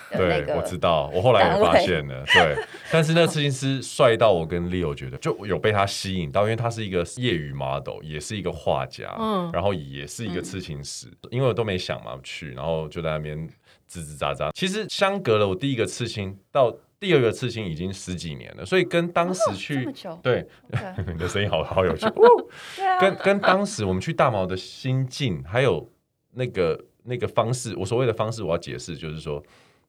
B: 的
A: 对、
B: 那个，
A: 我知道，我后来
B: 单
A: 也发
B: 位
A: 现了，对，但是那个刺青师帅到我跟 Leo 觉得就有被他吸引到，因为他是一个业余 model，也是一个画家，
C: 嗯
A: 然后也是一个刺青师，因为我都没想嘛去，然后就在那边吱吱喳喳。其实相隔了我第一个刺青到。第二个刺青已经十几年了，所以跟当时去、
B: 哦这么久
A: 对，
B: 对啊
A: 你的声音好好 有趣，呜
B: 对啊，
A: 跟跟当时我们去大毛的心境，还有那个那个方式，我所谓的方式，我要解释就是说，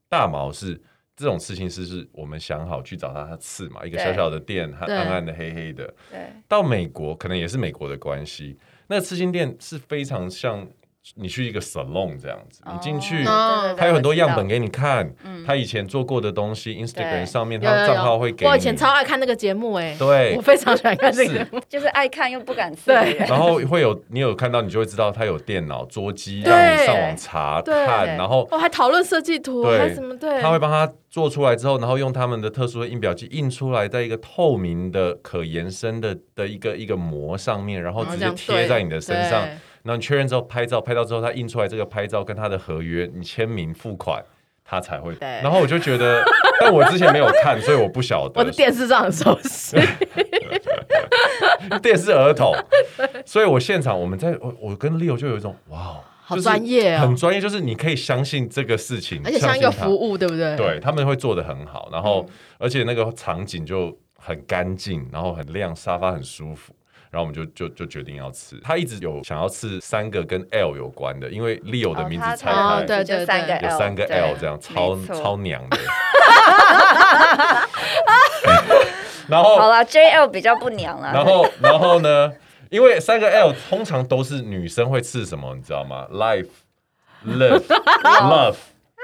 A: 大毛是这种事情是是我们想好去找他，他刺嘛，一个
B: 对
A: 小小的店，它
C: 对
A: 暗暗的、黑黑的。
B: 对。
A: 到美国可能也是美国的关系，那个刺青店是非常像你去一个 salon 这样子，你进去。
C: 哦
A: 它有很多样本
B: 给
A: 给你看，
B: 嗯
A: 他以前做过的东西，Instagram
B: 对
A: 上面
C: 有
A: 他
C: 有
A: 的账号会
C: 有，
A: 给你。
C: 我以前超爱看那个节目哎，
A: 对
C: 我非常喜欢看这个
A: 是
C: 节目，
B: 就是爱看又不敢刺的人，
A: 然后会有你有看到，你就会知道它有电脑桌机，
C: 对
A: 让你上网查
C: 对
A: 看，然后
C: 我哦还讨论设计图，
A: 对
C: 还什么对，
A: 他会帮他做出来之后，然后用他们的特殊的印表机印出来，在一个透明的可延伸的的一个一个膜上面，然后
C: 然后
A: 直接
C: 哦这样
A: 贴在你的身上
C: 对。
A: 然后你确认之后拍照，拍照之后他印出来这个拍照跟他的合约，你签名付款。他才会，
C: 对
A: 然后我就觉得，但我之前没有看，所以我不晓得。
C: 我的电视上很熟悉，
A: 电视儿童，所以我现场我们在我我跟 Leo 就有一种哇哦，
C: 好专业
A: 很
C: 哦，
A: 专业，就是你可以相信这个事情，
C: 而且像一个
A: 相信它
C: 服务，对不对？嗯
A: 对，他们会做的很好，然后、而且那个场景就很干净，然后很亮，沙发很舒服。然后我们就就就决定要吃，他一直有想要吃三个跟 L 有关的，因为 Leo 的名字
B: 哦他
A: 拆
C: 他
A: 开、
C: 哦对
B: 就三个
A: 有
B: L，
A: 三个
B: 对
A: L 这样，超
B: 没错
A: 超娘 的。 然后
B: 好啦 j l 比较不娘啦。
A: 哦然后，然后呢？因为三个 L 通常都是女生会吃什么，你知道吗？Life、Love、Love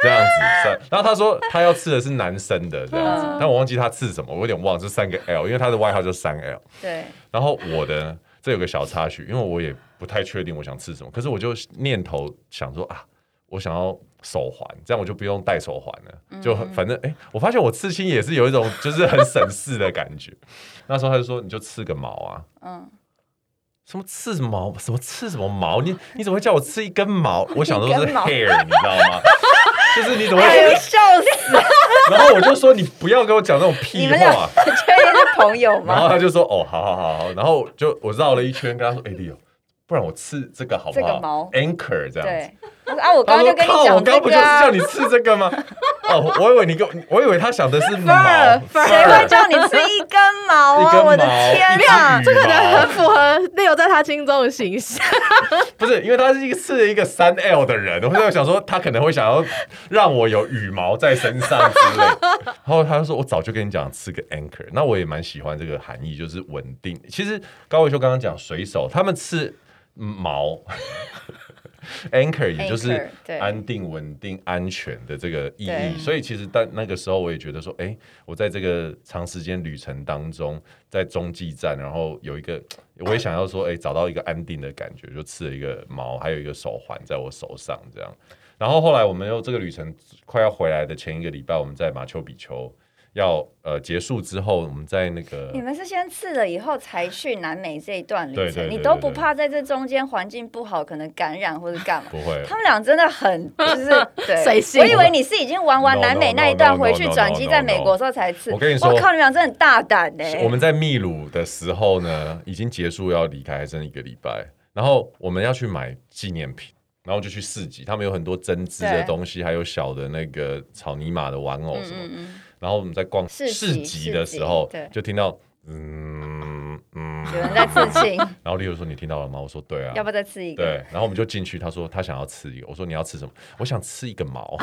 A: 这样子三。然后他说他要吃的是男生的这样子
B: 嗯，
A: 但我忘记他吃什么，我有点忘了，是三个 L，因为他的外号就三 L。
B: 对，
A: 然后我的 呢，这有个小插曲，因为我也不太确定我想吃什么，可是我就念头想说啊，我想要手环，这样我就不用戴手环
B: 嗯
A: 了，就很反正哎、我发现我刺青也是有一种就是很省事的感觉。 那时候他就说你就刺个毛啊，
B: 嗯，
A: 什么刺毛？什么刺什么毛？你你怎么会叫我刺一根 毛？我想说
B: 一
A: 是
B: 根毛
A: hair，你知道吗？ 就是你怎么
B: 哎
A: 会
B: 呦，？笑死！
A: 然后我就说你不要跟我讲这种
B: 你
A: 屁
B: 们俩
A: 话。
B: 确定是朋友
A: 然后
B: 吗？
A: 他就说哦，好好好好。然后就我绕了一圈，跟他说，哎、丽友，不然我刺这个好不好？
B: 这个毛
A: anchor 这样子。
B: 对，我说啊，我刚
A: 他
B: 刚
A: 说
B: 就跟你
A: 靠，我刚刚不就
B: 讲这个
A: 是
B: 啊
A: 叫，你刺这个 吗？哦，我以为你跟我，我以为他想的是毛，
B: 谁会叫你吃一根毛
A: 一
B: 啊？
A: 根毛，
B: 我的天啊
A: 哪
B: 哪！，
A: 这个
C: 很符合内友在他心中的形象。
A: 不是，因为他是一个是一个三 L 的人，我就想说他可能会想要让我有羽毛在身上之类。然后他就说：“我早就跟你讲吃个 anchor。”那我也蛮喜欢这个含义，就是稳定。其实高伟修刚刚讲水手，他们吃毛 anchor，也就是
B: Anchor，对
A: 安定、稳定、安全的这个意
B: 对
A: 义。所以其实但那个时候我也觉得说，哎、我在这个长时间旅程当中，在中继站，然后有一个，我也想要说，哎、找到一个安定的感觉，就刺了一个毛，还有一个手环在我手上这样。然后后来我们又这个旅程快要回来的前一个礼拜，我们在马丘比丘要呃结束之后，我们在那个
B: 你们是先刺了以后才去南美这一段旅程，
A: 对对对
B: 你都
A: 对
B: 不
A: 对
B: 怕在这中间环境不好，可能感染或者干嘛？
A: 不会
B: 他们俩真 的很就是对
C: 随性
B: 我以为你是已经玩完
A: No,
B: 南美
A: no,
B: 那一
A: no, no,
B: 段回去
A: no, no,
B: 转机
A: no,
B: 在
A: no,
B: 美
A: no.
B: 国的时候才吃。
A: 我跟你说
B: 我靠，你俩真的很大胆欸呢。
A: 我们在秘鲁的时候呢，已经结束要离开，还剩一个礼拜。然后我们要去买纪念品，然后就去市集，他们有很多针织的
B: 对
A: 东西，还有小的那个草泥马的玩偶
B: 嗯
A: 什么。
B: 嗯嗯，
A: 然后我们在逛
B: 市集
A: 集的时候
B: 市集对，
A: 就听到嗯嗯，
B: 有人在刺青，
A: 然后例如说你听到了吗？我说对啊，
B: 要不要再刺一
A: 对
B: 个？，
A: 然后我们就进去，他说他想要吃一个，我说你要吃什么？我想吃一个毛。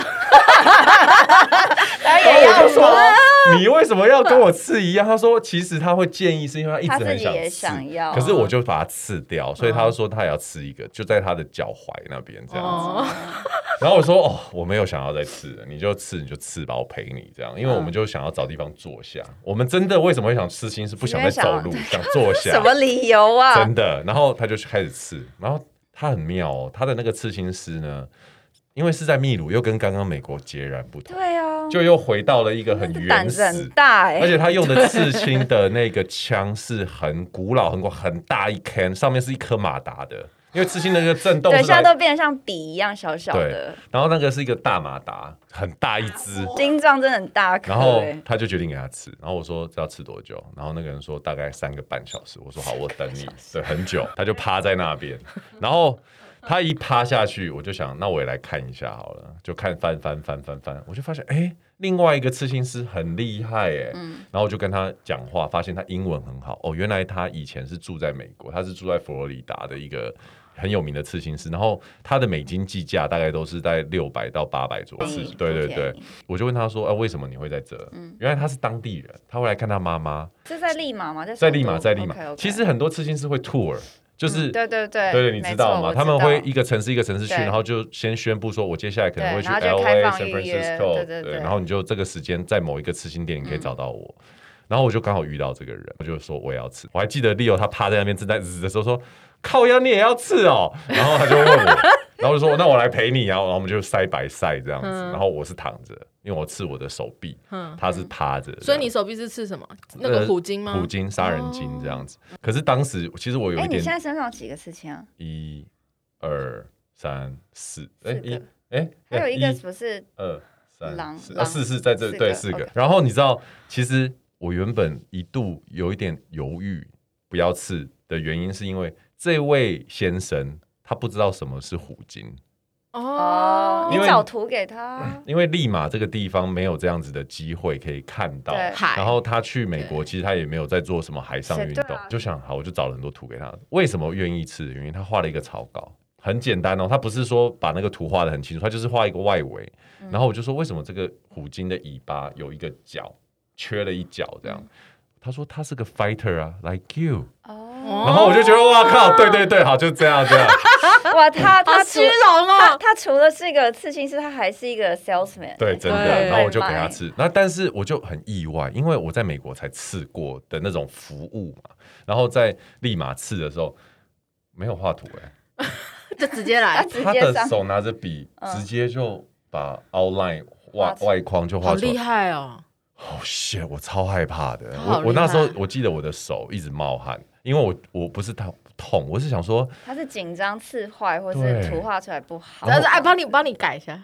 B: 他
A: 然
B: 也
A: 后
B: 要
A: 我就说
B: 吗？
A: 你为什么要跟我刺一样？他说其实他会建议是因为他一直很
B: 他自己也
A: 想刺，
B: 想要啊嗯
A: 可是我就把它刺掉，所以他就说他也要吃一个，就在他的脚踝那边这样子。
C: 哦，
A: 然后我说哦，我没有想要再刺了，你就刺你就刺吧，我陪你这样，因为
B: 嗯
A: 我们就想要找地方坐下。我们真的为什么会想刺青是不想再走路，想坐下，
B: 什么理由啊
A: 真？的。然后他就开始刺，然后他很妙哦，他的那个刺青师呢，因为是在秘鲁，又跟刚刚美国截然不同，
B: 对啊，
A: 就又回到了一个很
B: 胆
A: 原
B: 子很
A: 始。
B: 大哎
A: 而。且他用的刺青的那个枪是很古老、很古很大一 can，上面是一颗马达的，因为刺青的那个震动
B: 对，
A: 是
B: 现在
A: 来，
B: 都变得像笔一样小小的，
A: 然后那个是一个大马达，很大一只，
B: 心脏真的很大颗
A: 然后
B: 哎。
A: 他就决定给他吃，然后我说这要吃多久？然后那个人说大概三个半小时。我说好，我等你，对，很久。他就趴在那边，然后他一趴下去，我就想，那我也来看一下好了，就看翻翻翻翻翻，我就发现哎、诶另外一个刺青师很厉害哎、然后我就跟他讲话，发现他英文很好哦，原来他以前是住在美国，他是住在佛罗里达的一个。很有名的刺青师，然后他的美金计价大概都是在六百到八百左右，
B: 便宜
A: 对对
B: 不便
A: 对
B: 宜，
A: 我就问他说：“啊，为什么你会在这？”
B: 嗯
A: 原来他是当地人，他会来看他妈妈，
B: 这在利马吗？在
A: 在
B: 首
A: 利马，
B: 都
A: 在利马。
B: OK，OK
A: 其实很多刺青师会 tour，就是、
B: 嗯对对对，
A: 对对，你
B: 没
A: 知
B: 错
A: 道吗？
B: 我
A: 他们
B: 知道
A: 会一个城市一个城市去，
B: 对
A: 然后就先宣布说，我接下来可能
B: 对
A: 会去
B: 然后就开
A: L A、
B: 放
A: San
B: 预约
A: Francisco，
B: 对对对嗯
A: 然后你就这个时间在某一个刺青店，你可以找到我。然后我就刚好遇到这个人，我就说我也要吃。我还记得 Leo 他趴在那边正在日的时候说：“靠腰你也要吃哦。”然后他就问我，然后我就说：“那我来陪你啊。”然后我们就塞白塞这样子。
C: 嗯
A: 然后我是躺着，因为我刺我的手臂，
C: 嗯，
A: 他是趴着这样。
C: 所以你手臂是刺什么？那个
A: 呃
C: 虎筋吗？
A: 虎筋、杀人筋这样子。可是当时其实我有
B: 哦哎，
A: 一
B: 你
A: 点
B: 现在身上有几个刺青啊？
A: 一、二、三、四，哎
B: 四个
A: 一，哎，
B: 还有一个不是
A: 二、三、
B: 狼
A: 四，啊
B: 狼
A: 四是在这
B: 四个
A: 对四个
B: OK。
A: 然后你知道，其实我原本一度有一点犹豫不要刺的原因，是因为这位先生他不知道什么是虎鲸，
B: 哦，你
A: 因为嗯
B: 找图给他，
A: 因为利马这个地方没有这样子的机会可以看到。
B: 对
C: 海，
A: 然后他去美国，其实他也没有在做什么海上运
B: 是对
A: 动
B: 啊，
A: 就想好，我就找了很多图给他。为什么愿意吃？因为他画了一个草稿，很简单哦，他不是说把那个图画的很清楚，他就是画一个外围。
B: 嗯
A: 然后我就说，为什么这个虎鲸的尾巴有一个角，缺了一角这
B: 嗯
A: 样？他说他是个 fighter 啊，like you。
B: 哦，
A: 然后我就觉得哇靠，对对对，好，就这样这样。
C: 哦
B: 哇，他
C: 好
B: 他除
C: 虚荣
B: 他
C: 哦，
B: 他除了是一个刺青师，他还是一个 salesman，
A: 对，真的。
C: 对
A: 然后我就给他吃，那但是我就很意外，因为我在美国才刺过的那种服务嘛，然后在立马刺的时候没有画图哎、
C: 就直接
B: 他
C: 来，
B: 直
A: 他
B: 接
A: 的
B: 上，
A: 手拿着笔，
B: 嗯
A: 直接就把 outline
B: 画
A: 外
B: 出来
A: 外框就
C: 好
A: 画出
C: 厉
A: 来。
C: 害哦！
A: 哦、shit！我超害怕的，
C: 他好
A: 我我
C: 厉害
A: 那时候我记得我的手一直冒汗，因为我我不是痛痛，我是想说
B: 他是紧张刺坏，或
A: 对
B: 是图画出来不好，
C: 但是哎，帮你帮你改一下，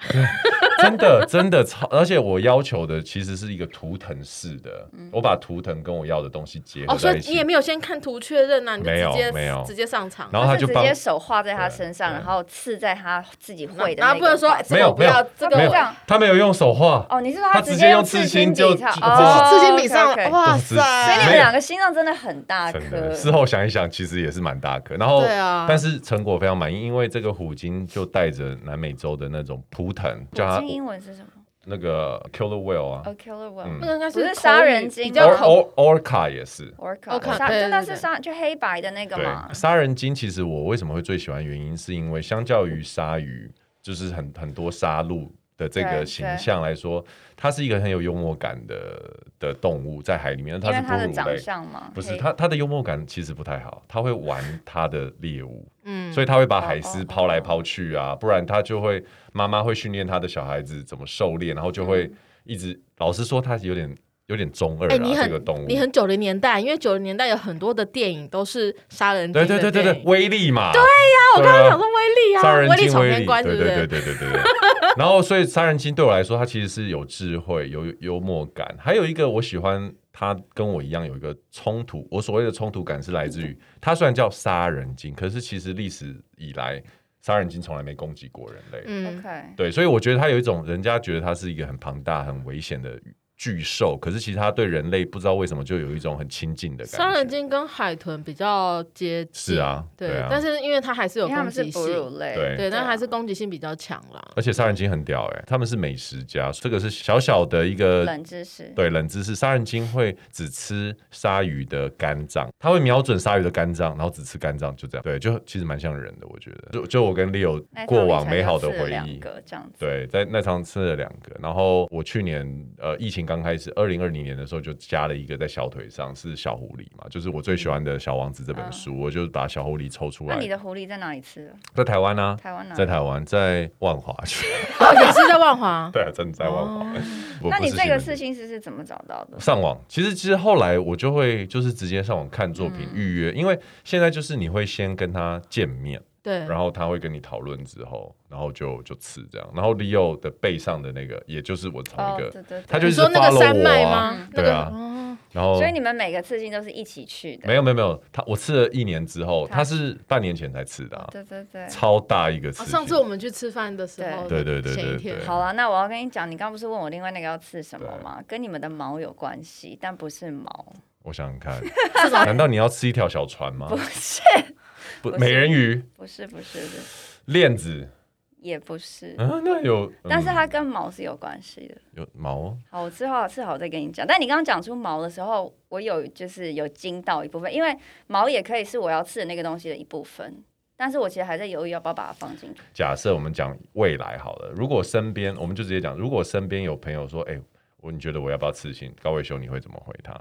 A: 真的真的超，而且我要求的其实是一个图腾式的，我把图腾跟我要的东西结合
C: 嗯哦，所
A: 在
C: 以
A: 一起。
C: 你也没有先看图确认啊，你就
A: 没有
C: 直接
A: 没有
C: 直接上场，
A: 然后他
B: 是
A: 就
B: 直
A: 帮
B: 接手画在他身上，
A: 对
B: 然后刺在他自己绘的那
C: 然后
B: 个
C: 不能说
B: 画
C: 哎
A: 没
C: 这个
A: 有
C: 我不要，
A: 没有
C: 这个
A: 没
C: 我
A: 有
B: 这样，
A: 他没有用手画，
B: 哦，你是说
A: 他直
B: 直
A: 接用刺
B: 刺
A: 青就
B: 笔上
A: 就
B: 哦，
C: 自己比上
B: OK，OK，
C: 哇
A: 都是
B: 所以你
A: 没有
B: 们
C: 塞，
B: 两个心脏真的很大
A: 真的。啊
B: 颗，
A: 事后想一想，其实也是蛮大颗。然后，
C: 对啊
A: 但是成果非常满意，因为这个虎鲸就带着南美洲的那种扑腾，叫
B: 虎
A: 它
B: 鲸英文是什么
A: 那个 killer whale 啊
B: ？A killer whale
A: 嗯
C: 那个应该
B: 不是
C: 口语
B: 杀人鲸
C: 比
B: 叫
C: 较
B: 吧
C: 口，
A: ，or or orca 也是。
B: or
C: 对
B: car，杀
C: 对
B: 就那
C: 对
B: 是杀就黑白的那个
A: 对
B: 嘛，，
A: 杀人鲸其实我为什么会最喜欢，原因是因为相较于鲨鱼，就是很很多杀戮的这
B: 对
A: 个
B: 对
A: 形象来说，它是一个很有幽默感的的动物，在海里面，
B: 因为
A: 是
B: 它
A: 哺
B: 的
A: 乳
B: 长
A: 类。
B: 相嘛，
A: 不是
B: 黑
A: 他，他的幽默感其实不太好，他会玩他的猎物，
C: 嗯
A: 所以他会把海
B: 哦哦
A: 狮
B: 哦
A: 抛来抛去啊，不然他就会妈妈会训练他的小孩子怎么狩猎，然后就会一直老实说，他有点有点中二
C: 嗯哎，
A: 啊，
C: 你
A: 这个动
C: 很
A: 物，
C: 你很九零年代，因为九零年代有很多的电影都是杀人
A: 对
C: 鲸
A: 对对
C: 的
A: 对
C: 电
A: 对，
C: 影
A: 威力嘛，对
C: 我
A: 呀
C: 刚刚想说威力啊，
A: 杀人
C: 威力
A: 鲸
C: 闯
A: 威
C: 天
A: 力，
C: 关，
A: 对
C: 不
A: 对对？对对对对。 然后，所以杀人鲸对我来说，它其实是有智慧、有幽默感，还有一个我喜欢它跟我一样有一个冲突。我所谓的冲突感是来自
C: 嗯
A: 于它虽然叫杀人鲸，可是其实历史以来杀人鲸从来没攻击过人类。
C: 嗯，
B: ，OK，
A: 对，所以我觉得它有一种人家觉得它是一个很庞大、很危险的巨兽，可是其实它对人类不知道为什么就有一种很亲近的感觉。
C: 杀人鲸跟海豚比较接
A: 是
C: 近，
A: 啊，对
C: 对
A: 啊，，
C: 但是因为它还是有
B: 因为他
C: 攻
B: 们是
C: 击
B: 哺
C: 性，
B: 乳类，
A: 对
C: 对，但
B: 啊
C: 还是攻击性比较强 啦。
A: 而且杀人鲸很屌哎、他们是美食家，这个是小小的一个
B: 冷知识，
A: 对，冷知识，杀人鲸会只吃鲨鱼的肝脏，它会瞄准鲨鱼的肝脏，然后只吃肝脏，就这样。对，就其实蛮像人的，我觉得。就就我跟 Leo
B: 那一
A: 过
B: 趟
A: 往
B: 旅程
A: 美
B: 就
A: 好的
B: 刺了
A: 回
B: 两
A: 忆。
B: 个这样子，
A: 对，在那场吃了两个，然后我去年呃疫情刚开始，二零二零年的时候就加了一个在小腿上，是小狐狸嘛，就是我最喜欢的《小王子》这本
B: 嗯
A: 书，我就把小狐狸抽出
B: 那
A: 来
B: 你，的嗯狐狸在哪里吃的？
A: 在台湾呢、
B: 台湾哪
A: 在？台湾，在万华 区，，
C: 哦，也是在万华
A: 对啊，真的在万华。
C: 哦
A: 我
B: 那
A: 不
B: 你
A: 是
B: 这
A: 西
B: 个
A: 门
B: 刺青师是怎么找到的？
A: 上网，其实其实后来我就会就是直接上网看作品
B: 嗯
A: 预约，因为现在就是你会先跟他见面，
B: 嗯
C: 对，
A: 然后他会跟你讨论之后，然后就就刺这样，然后 Leo 的背上的那个，也就是我同
B: 哦
A: 一，个，
B: 对对，
A: 他
B: 对
A: 就
C: 你
A: 是
C: 说那个
A: follow
C: 山脉
A: 我啊
C: 吗？那
A: 对
C: 个
A: 啊
C: 哦
A: 然后
B: 所以你们每个刺青都是一起去的，
A: 没有没有没有，他我刺了一年之后，
B: 他
A: 他是半年前才刺的、啊，
B: 对对对。
A: 超大一个刺
C: 哦，
A: 青，
C: 上次我们去吃饭的时候，
A: 对对对对
C: 前一
A: 对
C: 天
A: 对
B: 好了，那我要跟你讲，你刚不是问我另外那个要刺什么吗？跟你们的毛有关系，但不是毛，
A: 我想想 看，
C: 是 什么
A: 难道你要吃一条小船吗
B: 不？是，
A: 不，
B: 不是
A: 美人鱼
B: 不是，不是，不是
A: 链子，
B: 也不是，
A: 嗯，那有，嗯
B: 但是它跟毛是有关系的。
A: 有毛哦，
B: 好，我之后刺好再跟你讲。但你刚刚讲出毛的时候，我有就是有惊到一部分，因为毛也可以是我要刺的那个东西的一部分。但是我其实还在犹豫要不要把它放进去。
A: 假设我们讲未来好了，如果身边我们就直接讲，如果身边有朋友说，哎、我你觉得我要不要刺青？高伟修你会怎么回他？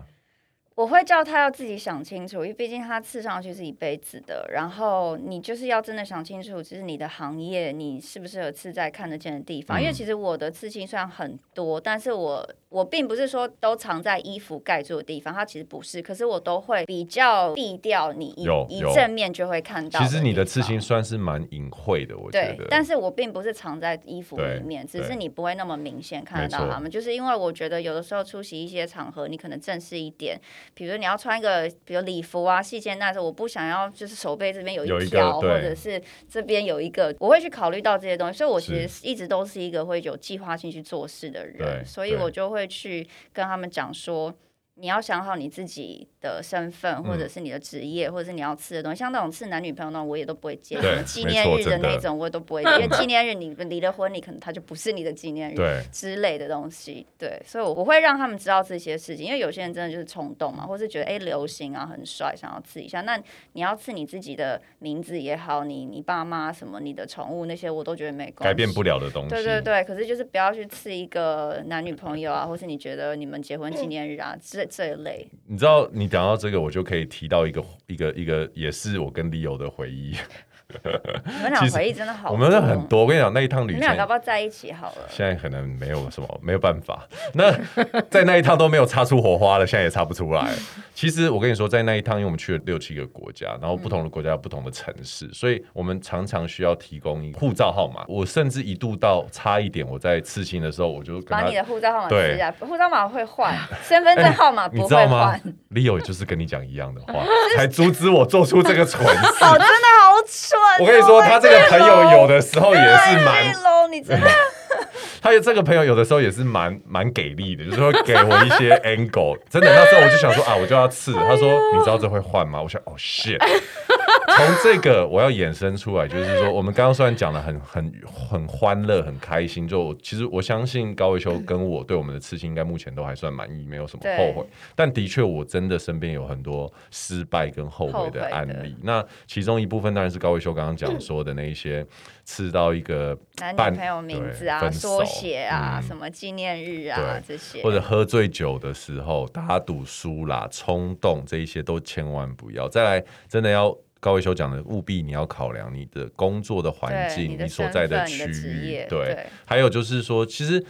B: 我会叫他要自己想清楚，因为毕竟他刺上去是一辈子的。然后你就是要真的想清楚，就是你的行业，你适不适合刺在看得见的地方。因为
A: 嗯
B: 其实我的刺青虽然很多，但是我我并不是说都藏在衣服盖住的地方，它其实不是。可是我都会比较避掉你一
A: 有
B: 一
A: 有
B: 正面就会看到。
A: 其实你的
B: 刺
A: 刺青。
B: 青
A: 算是蛮隐晦的，我觉
B: 对
A: 得。，
B: 但是我并不是藏在衣服
A: 对
B: 里面，只
A: 对
B: 是你不会那么明显看得
A: 没
B: 到
A: 错
B: 他们，就是因为我觉得有的时候出席一些场合，你可能正式一点，比如说你要穿一个，比如礼服啊、细肩带的时候，我不想要就是手背这边有
A: 有一
B: 一
A: 个
B: 条，
A: 对
B: 或者是这边有一个，我会去考虑到这些东西。所以我其实一直都是一个会有计划性去做事的
A: 对
B: 人，所以
A: 对
B: 我就会去跟他们讲说。你要想好你自己的身份，
A: 嗯
B: 或者是你的职业，或者是你要吃的东西，像那种吃男女朋友那种，我也都不会接。
A: 对
B: 什么纪念
A: 没错
B: 日的
A: 真的
B: 那种，我也 都不会接，因为纪念日你离了婚，你可能他就不是你的纪念日。
A: 对，
B: 之类的东西，对，所以我我会让他们知道这些事情，因为有些人真的就是冲动嘛，或是觉得哎、诶流行啊很帅，想要刺一下。那你要刺你自己的名字也好，你你爸妈什么你的宠物那些，我都觉得没关系，
A: 改变不了的东西。
B: 对对对，可是就是不要去刺一个男女朋友啊，或是你觉得你们结婚纪念日啊这这一 类。
A: 你知道，你讲到这个，我就可以提到一个一个一个，也是我跟 Leo 的回忆。
B: 你们俩回忆真的好多，
A: 我们的很多，我跟你讲，那一趟
B: 你
A: 旅
B: 们
A: 程
B: 俩搞不好在一起好了。
A: 现在可能没有什么，没有办法。那在那一趟都没有擦出火花了，现在也擦不出来。 其实我跟你说，在那一趟，因为我们去了六七个国家，然
B: 嗯
A: 后不同的国家有不同的城市，所以我们常常需要提供一个护照号码。我甚至一度到差一点，我在刺青的时候，我就跟
B: 把
A: 他
B: 你的护照号码
A: 对哎
B: 撕一下，护照号码会换，身份证号码
A: 你
B: 不
A: 知
B: 会
A: 道吗
B: 换。
A: ？Leo 就是跟你讲一样的 话，才阻止我做出这个蠢事。
B: 哦，真的好蠢哦！
A: 我跟你说，他这个朋友有的时候也是蛮
B: 太，low，你真的
A: 他这个朋友有的时候也是蛮蛮给力的，就是会给我一 些 angle。真的，那时候我就想说啊，我就要刺。他说，你知道这会换吗？我想，哦 shit。从这个我要衍生出来，就是说，我们刚刚虽然讲的很很很欢乐、很开心，就其实我相信高维修跟我对我们的刺青应该目前都还算满意，没有什么
B: 对
A: 后悔。但的确，我真的身边有很多失败跟后悔的案
B: 后悔
A: 例。那其中一部分当然是高维修刚刚讲说的那一些，刺到一个
B: 男
A: 半
B: 女朋友名字啊、
A: 对分手
B: 缩写啊、
A: 嗯
B: 什么纪念日啊这些，
A: 或者喝醉酒的时候打赌输啦、冲动这一些都千万不要。再来，真的要高维修讲的，务必你要考量你的工作的环
B: 对
A: 境、
B: 你的
A: 所
B: 身
A: 在的
B: 份你
A: 区
B: 的职
A: 域
B: 业，对
A: 还有就是说，其实。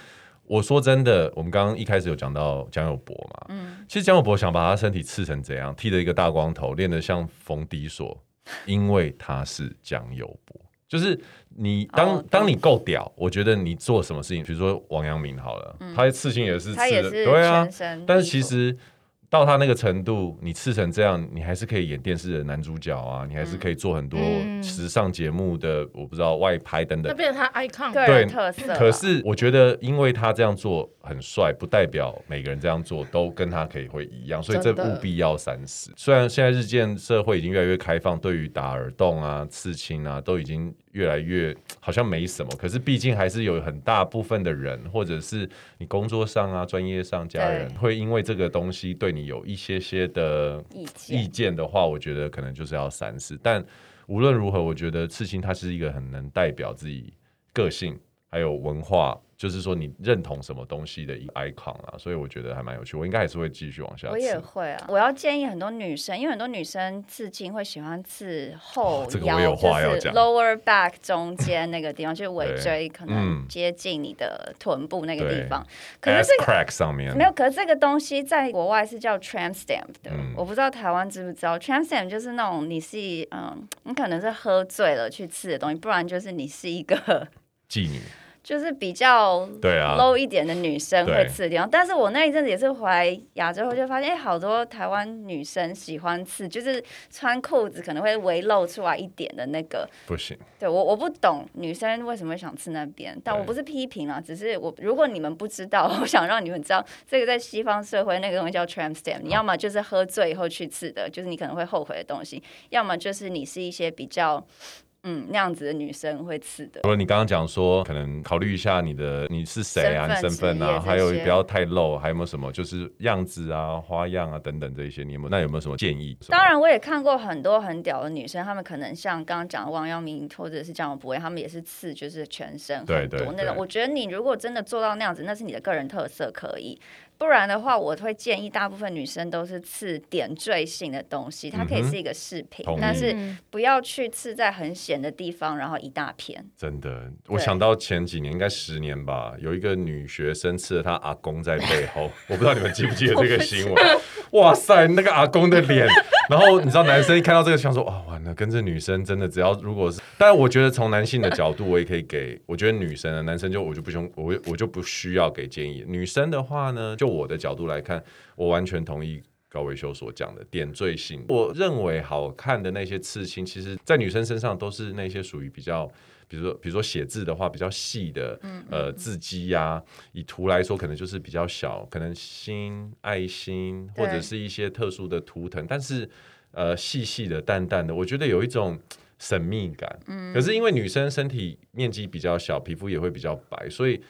A: 我说真的，我们刚刚一开始有讲到蒋友柏嘛，
B: 嗯
A: 其实蒋友柏想把他身体刺成怎样，剃了一个大光头，练得像冯迪所，因为他是蒋友柏。就是你当、
B: 哦
A: 当你够屌，我觉得你做什么事情，比如说王阳明好了，他刺青也是刺
B: 嗯他也
A: 的，
B: 是
A: 对啊
B: 全，身。
A: 但是其，实到他那个程度，你刺成这样，你还是可以演电视的男主角啊，你还是可以做很多
C: 嗯
A: 时尚节目的，我不知道外拍等
C: 那
A: 等。
C: 变成他 icon
B: 个人特色啦。
A: 可是我觉得，因为他这样做很帅，不代表每个人这样做都跟他可以会一样，所以这
C: 真的
A: 务必要三思。虽然现在日渐社会已经越来越开放，对于打耳洞啊、刺青啊，都已经越来越好像没什么，可是毕竟还是有很大部分的人，或者是你工作上啊、专业上家人，
B: 对
A: 会因为这个东西对你有一些些的
B: 意
A: 意
B: 见，
A: 见的话，我觉得可能就是要三思。但无论如何，我觉得刺青它是一个很能代表自己个性还有文化，就是说你认同什么东西的一个 icon 啦。所以我觉得还蛮有趣，我应该还是会继续往下
B: 我也
A: 刺。
B: 会啊。我要建议很多女生，因为很多女生刺青会喜欢刺后
A: 哦这个
B: 腰，
A: 我有话要
B: 就是
A: 讲
B: lower back 中间那个地方，就是尾椎可
A: 嗯
B: 能接近你的臀部那个
A: 对
B: 地方。可是
A: S
B: 这个
A: crack 上面
B: 没有，可是这个东西在国外是叫 tramp stamp 的，
A: 嗯
B: 我不知道台湾知不知道。tramp stamp 就是那种你是嗯，你可能是喝醉了去吃的东西，不然就是你是一个
A: 妓女，
B: 就是比较
A: 对啊
B: low 一点的女生
A: 对
B: 会吃的地方。但是我那一阵子也是回来亚洲后，就发现哎、好多台湾女生喜欢吃，就是穿裤子可能会微露出来一点的那个。
A: 不行，
B: 对我我不懂女生为什么想吃那边，但
A: 对
B: 我不是批评啊，只是我如果你们不知道， 我想让你们知道，这个在西方社会那个东西叫 tram
A: 哦
B: stamp，你要么就是喝醉以后去吃的，就是你可能会后悔的东西，要么就是你是一些比较嗯那样子的女生会吃的。
A: 除了你刚刚讲说，可能考虑一下你的你是谁啊，你身
B: 身份
A: 份啊，
B: 职业这些
A: 还有不要太露，还有没有什么就是样子啊、花样啊等等这一些，你有没有那有没有什么建议？
B: 当然，我也看过很多很屌的女生，她们可能像刚刚讲的王阳明或者是蒋博伟，她们也是刺，就是全身很多
A: 对对
B: 那种。
A: 对
B: 我觉得你如果真的做到那样子，那是你的个人特色可以。不然的话，我会建议大部分女生都是刺点缀性的东西，它可以
A: 嗯哼
B: 是一个饰品，
A: 同意
B: 但是
C: 嗯
B: 不要去刺在很显的地方，然后一大片。
A: 真的，我想到前几年，应该十年吧，有一个女学生吃了她阿公在背后，我不知道你们记不记得这个新闻？哇塞，那个阿公的脸，然后你知道男生一看到这个，想说啊、完了，跟这女生真的只要如果是，但我觉得从男性的角度，我也可以给，我觉得女生啊，男生就我就不用，我我就不需要给建议。女生的话呢，就我的角度来看，我完全同意高维修所讲的点缀性。我认为好看的那些刺青，其实在女生身上都是那些属于比较。比如说，比如说写字的话，比较细的，呃，字迹呀、以图来说，可能就是比较小，可能心、爱心或者
B: 对
A: 是一些特殊的图腾，但是呃，细细的、淡淡的，我觉得有一种神秘感。可是因为女生身体面积比较小，皮肤也会比较白，所以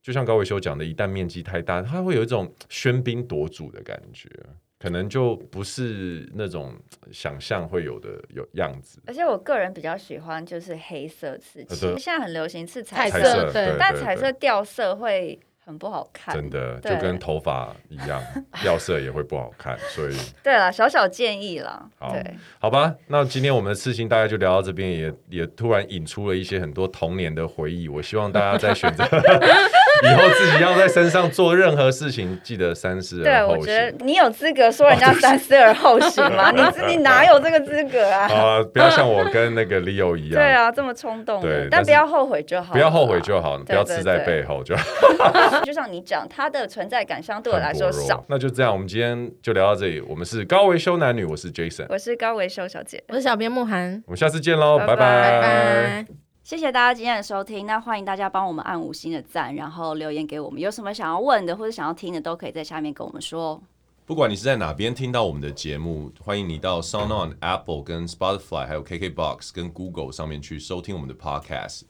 A: 就像高维修讲的，一旦面积太大，它会有一种喧宾夺主的感觉。可能就不是那种想象会有的有样子，
B: 而且我个人比较喜欢就是黑色刺
A: 呃
B: 青，
A: 对
B: 现在很流行是彩
A: 彩
C: 彩色
A: 色
C: 对
A: 对，
B: 但
A: 对
B: 彩
A: 对
B: 色掉色会很不好看。
A: 真的就
B: 对
A: 跟头发一样，掉色也会不好看，所以
B: 对啦，小小建议啦。
A: 好
B: 对，
A: 好吧。那今天我们的事情大概就聊到这边，也也突然引出了一些很多童年的回忆。我希望大家在选 择 以后自己要在身上做任何事情，记得三思
B: 对
A: 而，
B: 我
A: 后哦
B: 觉
A: 行。
B: 得你有资格说人家三思而后行 吗？你自己哪有这个资格啊？
A: 好了，不要像我跟那个 Leo 一样，
B: 对啊，这么冲动
A: 对
B: 的，
A: 但
B: 但
A: 是
B: 不要后悔就好。
A: 不要后悔就好，不
B: 对
A: 要
B: 对
A: 刺在
B: 对
A: 背后就好。
B: 好。就像你讲，它的存在感相对我来说
A: 很薄弱
B: 少。。
A: 那就这样，我们今天就聊到这里。我们是高维修男女，我是 Jason，
B: 我是高维修小姐。
C: 我是小编慕涵，
A: 我们下次见喽，
B: 拜
A: 拜
B: 拜
C: 拜拜。
B: 谢谢大家今天的收听，那欢迎大家帮我们按五星的赞，然后留言给我们，有什么想要问的或者想要听的，都可以在下面跟我们说哦。
A: 不管你是在哪边听到我们的节目，欢迎你到 SoundOn、Apple、跟 Spotify、还有 KKBox、跟 Google 上面去收听我们的 Podcast。